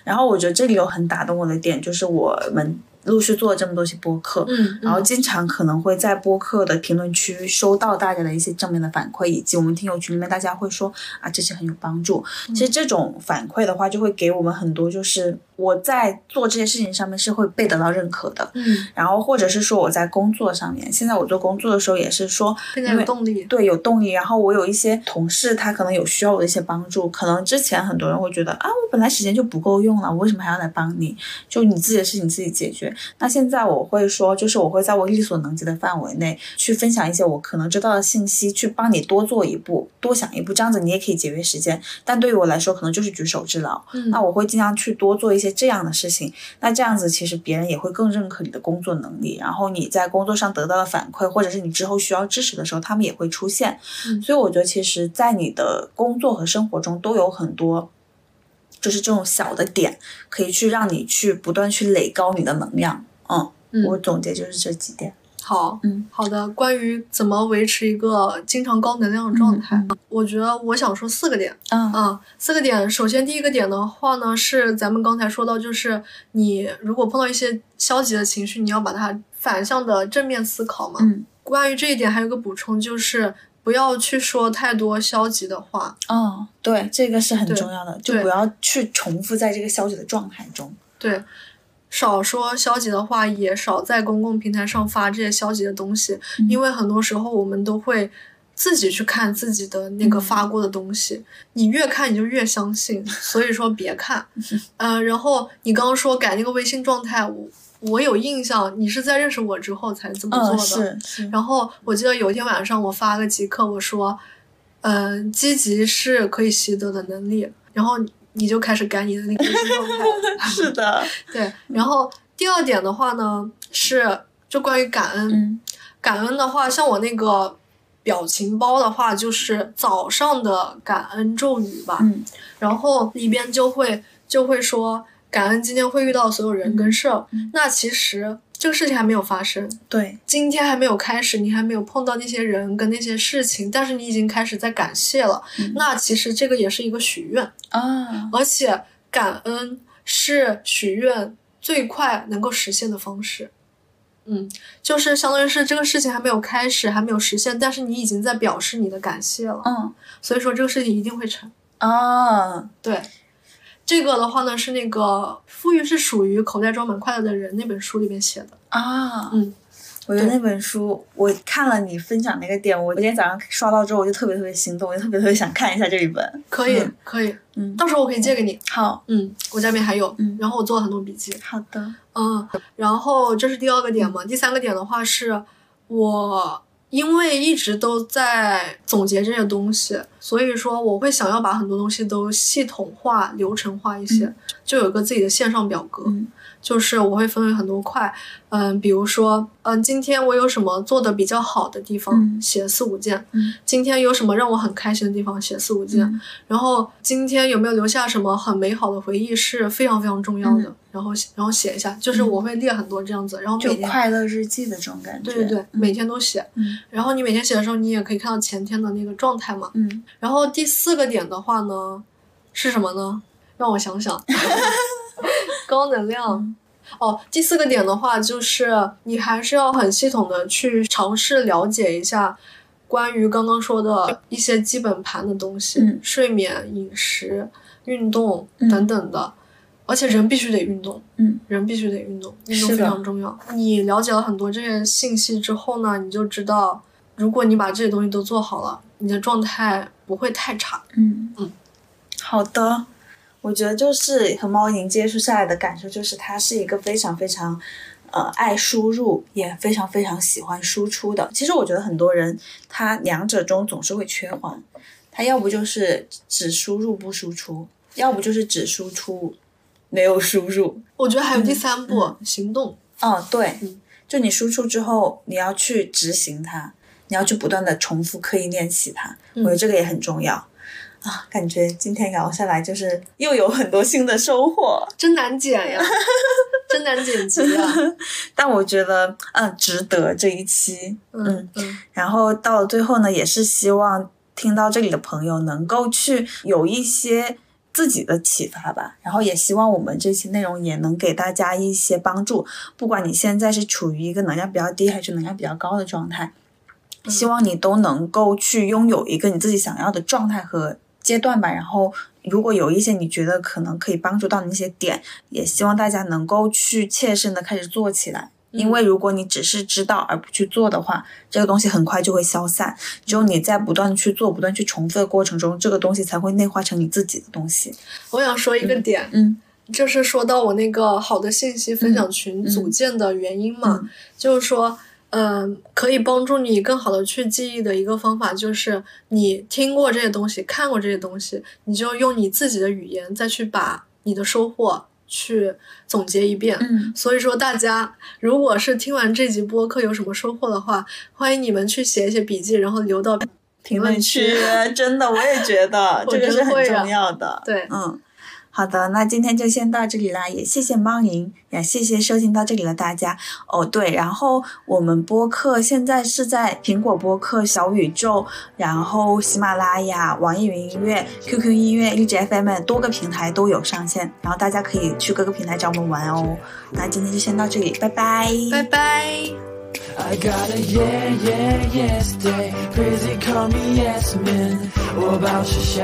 [SPEAKER 1] 然后我觉得这里有很打动我的点，就是我们陆续做了这么多期播客，
[SPEAKER 2] 嗯，
[SPEAKER 1] 然后经常可能会在播客的评论区收到大家的一些正面的反馈，以及我们听友群里面大家会说啊，这些很有帮助。其实这种反馈的话，就会给我们很多，就是我在做这些事情上面是会被得到认可的。
[SPEAKER 2] 嗯，
[SPEAKER 1] 然后或者是说我在工作上面，现在我做工作的时候也是说，
[SPEAKER 2] 更加
[SPEAKER 1] 因
[SPEAKER 2] 有
[SPEAKER 1] 为
[SPEAKER 2] 动力。
[SPEAKER 1] 对，有动力。然后我有一些同事，他可能有需要我的一些帮助。可能之前很多人会觉得啊，我本来时间就不够用了，我为什么还要来帮你？就你自己的事情自己解决。那现在我会说，就是我会在我力所能及的范围内去分享一些我可能知道的信息，去帮你多做一步，多想一步，这样子你也可以节约时间。但对于我来说，可能就是举手之劳。
[SPEAKER 2] 嗯，
[SPEAKER 1] 那我会尽量去多做一些这样的事情。那这样子，其实别人也会更认可你的工作能力，然后你在工作上得到的反馈，或者是你之后需要支持的时候，他们也会出现。
[SPEAKER 2] 嗯
[SPEAKER 1] 所以我觉得，其实，在你的工作和生活中都有很多。就是这种小的点，可以去让你去不断去垒高你的能量。嗯，
[SPEAKER 2] 嗯
[SPEAKER 1] 我总结就是这几点。
[SPEAKER 2] 好，
[SPEAKER 1] 嗯，
[SPEAKER 2] 好的。关于怎么维持一个经常高能量的状态，
[SPEAKER 1] 嗯
[SPEAKER 2] 我觉得我想说四个点
[SPEAKER 1] 嗯
[SPEAKER 2] 啊、四个点。首先第一个点的话呢，是咱们刚才说到，就是你如果碰到一些消极的情绪，你要把它反向的正面思考嘛。
[SPEAKER 1] 嗯
[SPEAKER 2] 关于这一点还有个补充，就是不要去说太多消极的话。
[SPEAKER 1] 哦，对，这个是很
[SPEAKER 2] 对
[SPEAKER 1] 重要的，就
[SPEAKER 2] 对
[SPEAKER 1] 不要去重复在这个消极的状态中。
[SPEAKER 2] 对，少说消极的话，也少在公共平台上发这些消极的东西，
[SPEAKER 1] 嗯
[SPEAKER 2] 因为很多时候我们都会自己去看自己的
[SPEAKER 1] 嗯
[SPEAKER 2] 那个发过的东西，你越看你就越相信，所以说别
[SPEAKER 1] *laughs*
[SPEAKER 2] 看。呃，然后你刚刚说改那个微信状态，我我有印象，你是在认识我之后才这么做
[SPEAKER 1] 嗯，
[SPEAKER 2] 的。
[SPEAKER 1] 是是。
[SPEAKER 2] 然后我记得有一天晚上，我发了极客，我说，嗯、积极是可以习得的能力。然后你就开始改你的那个微信状
[SPEAKER 1] *laughs*
[SPEAKER 2] 态了。
[SPEAKER 1] 是
[SPEAKER 2] *laughs*
[SPEAKER 1] 的，
[SPEAKER 2] 对，然后第二点的话呢，是就关于感恩。
[SPEAKER 1] 嗯
[SPEAKER 2] 感恩的话，像我那个表情包的话，就是早上的感恩咒语吧，
[SPEAKER 1] 嗯
[SPEAKER 2] 然后里边就会就会说感恩今天会遇到所有人跟事儿。
[SPEAKER 1] 嗯
[SPEAKER 2] 那其实这个事情还没有发生，
[SPEAKER 1] 对，
[SPEAKER 2] 今天还没有开始，你还没有碰到那些人跟那些事情，但是你已经开始在感谢了。
[SPEAKER 1] 嗯
[SPEAKER 2] 那其实这个也是一个许愿。
[SPEAKER 1] 啊，
[SPEAKER 2] 而且感恩是许愿最快能够实现的方式。嗯，就是相当于是这个事情还没有开始，还没有实现，但是你已经在表示你的感谢了，
[SPEAKER 1] 嗯
[SPEAKER 2] 所以说这个事情一定会成。
[SPEAKER 1] 啊，
[SPEAKER 2] 对，这个的话呢是那个《富裕是属于口袋装满快乐的人》那本书里面写的。
[SPEAKER 1] 啊，
[SPEAKER 2] 嗯，
[SPEAKER 1] 我觉得
[SPEAKER 2] 对
[SPEAKER 1] 那本书，我看了你分享那个点，我我今天早上刷到之后，我就特别特别心动，我就特别特别想看一下这一本。
[SPEAKER 2] 可以，
[SPEAKER 1] 嗯
[SPEAKER 2] 可以，
[SPEAKER 1] 嗯，
[SPEAKER 2] 到时候我可以借给你。
[SPEAKER 1] 好，
[SPEAKER 2] 嗯，我家里面还有，
[SPEAKER 1] 嗯
[SPEAKER 2] 然后我做了很多笔记。
[SPEAKER 1] 好的，
[SPEAKER 2] 嗯，然后这是第二个点
[SPEAKER 1] 嗯
[SPEAKER 2] 嘛，第三个点的话是，我因为一直都在总结这些东西，所以说我会想要把很多东西都系统化、流程化一些，
[SPEAKER 1] 嗯
[SPEAKER 2] 就有一个自己的线上表格，
[SPEAKER 1] 嗯
[SPEAKER 2] 就是我会分为很多块，嗯，比如说，嗯，今天我有什么做的比较好的地方，
[SPEAKER 1] 嗯
[SPEAKER 2] 写四五件，
[SPEAKER 1] 嗯
[SPEAKER 2] 今天有什么让我很开心的地方，写四五件，
[SPEAKER 1] 嗯
[SPEAKER 2] 然后今天有没有留下什么很美好的回忆是非常非常重要的。
[SPEAKER 1] 嗯
[SPEAKER 2] 然后然后写一下，就是我会列很多这样子，然后
[SPEAKER 1] 就
[SPEAKER 2] 每天
[SPEAKER 1] 快乐日记的这种感觉。
[SPEAKER 2] 对对对，
[SPEAKER 1] 嗯
[SPEAKER 2] 每天都写。
[SPEAKER 1] 嗯
[SPEAKER 2] 然后你每天写的时候，你也可以看到前天的那个状态嘛。
[SPEAKER 1] 嗯，
[SPEAKER 2] 然后第四个点的话呢，是什么呢？让我
[SPEAKER 1] *laughs*
[SPEAKER 2] 想想，高能量
[SPEAKER 1] 嗯。
[SPEAKER 2] 哦，第四个点的话，就是你还是要很系统的去尝试了解一下关于刚刚说的一些基本盘的东西，
[SPEAKER 1] 嗯
[SPEAKER 2] 睡眠、饮食、运动
[SPEAKER 1] 嗯
[SPEAKER 2] 等等的。而且人必须得运动，
[SPEAKER 1] 嗯，
[SPEAKER 2] 人必须得运动，运动
[SPEAKER 1] 是
[SPEAKER 2] 非
[SPEAKER 1] 的
[SPEAKER 2] 常重要。你了解了很多这些信息之后呢，你就知道如果你把这些东西都做好了，你的状态不会太差。
[SPEAKER 1] 嗯
[SPEAKER 2] 嗯，
[SPEAKER 1] 好的。我觉得就是和猫宁接触下来的感受，就是它是一个非常非常，呃，爱输入，也非常非常喜欢输出的。其实我觉得很多人他两者中总是会缺环，他要不就是只输入不输出，要不就是只输出没有输入。
[SPEAKER 2] 我觉得还有
[SPEAKER 1] 嗯
[SPEAKER 2] 第三步，行动。
[SPEAKER 1] 哦，对
[SPEAKER 2] 嗯，
[SPEAKER 1] 就你输出之后，你要去执行它，你要去不断的重复刻意练习它。我觉得
[SPEAKER 2] 嗯
[SPEAKER 1] 这个也很重要啊。感觉今天聊下来，就是又有很多新的收获，
[SPEAKER 2] 真难剪
[SPEAKER 1] *laughs*
[SPEAKER 2] 呀，真难啊剪辑呀。
[SPEAKER 1] 但我觉得嗯值得这一期。
[SPEAKER 2] 嗯嗯，
[SPEAKER 1] 然后到了最后呢，也是希望听到这里的朋友能够去有一些。自己的启发吧。然后也希望我们这期内容也能给大家一些帮助，不管你现在是处于一个能量比较低还是能量比较高的状态，希望你都能够去拥有一个你自己想要的状态和阶段吧。然后。如果有一些你觉得可能可以帮助到你一些点，也希望大家能够去切身的开始做起来。因为如果你只是知道而不去做的话，这个东西很快就会消散。只有你在不断去做、不断去重复的过程中，这个东西才会内化成你自己的东西。
[SPEAKER 2] 我想说一个点，
[SPEAKER 1] 嗯
[SPEAKER 2] 就是说到我那个好的信息分享群
[SPEAKER 1] 嗯
[SPEAKER 2] 组建的原因嘛，
[SPEAKER 1] 嗯
[SPEAKER 2] 就是说，嗯，可以帮助你更好的去记忆的一个方法，就是你听过这些东西，看过这些东西，你就用你自己的语言再去把你的收获去总结一遍。
[SPEAKER 1] 嗯，
[SPEAKER 2] 所以说，大家如果是听完这集播客有什么收获的话，欢迎你们去写一写笔记，然后留到
[SPEAKER 1] 评论区 *laughs* 真的我也觉得
[SPEAKER 2] 我
[SPEAKER 1] 这个是
[SPEAKER 2] 真
[SPEAKER 1] 很
[SPEAKER 2] 会啊
[SPEAKER 1] 重要的。
[SPEAKER 2] 对
[SPEAKER 1] 嗯，好的，那今天就先到这里啦，也谢谢猫宁，也谢谢收听到这里的大家。哦，对，然后我们播客现在是在苹果播客、小宇宙，然后喜马拉雅、网易云音乐、QQ 音乐、荔枝 FM 多个平台都有上线，然后大家可以去各个平台找我们玩哦。那今天就先到这里，拜拜，
[SPEAKER 2] 拜拜。
[SPEAKER 5] I got a yeah, yeah, yes day. Crazy call me yes man. Oh, 我保持笑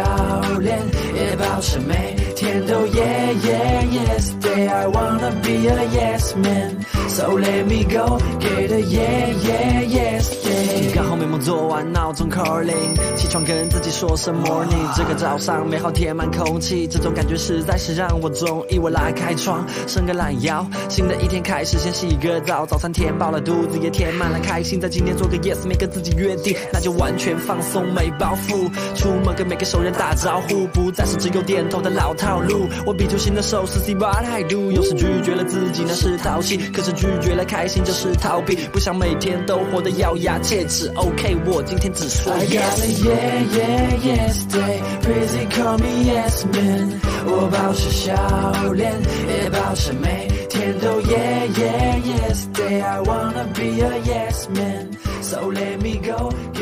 [SPEAKER 5] 脸，也保持每天都 yeah, yeah, yes day. I wanna be a yes man. So let me go get a yeah, yeah, yes day.
[SPEAKER 6] 刚好美梦做完，闹钟 calling，起床跟自己说声 morning。这个早上美好填满空气，这种感觉实在是让我中意。我来开窗，伸个懒腰，新的一天开始，先洗个澡，早餐填饱了肚子也填满了开心。在今天做个 yes，没跟自己约定，那就完全放松，没包袱。出门跟每个熟人打招呼，不再是只有点头的老套路。我比出新的手势，see what I do。有时拒绝了自己，那是淘气；可是拒绝了开心，就是逃避。不想每天都活得咬牙切齿。OK，我今天只说
[SPEAKER 5] I got a
[SPEAKER 6] yes。
[SPEAKER 5] yeah, yeah, yes day. Crazy call me yes man. 我保持笑脸，也保持每天都 yeah, yeah, yes day. I wanna be a yes man. So let me go.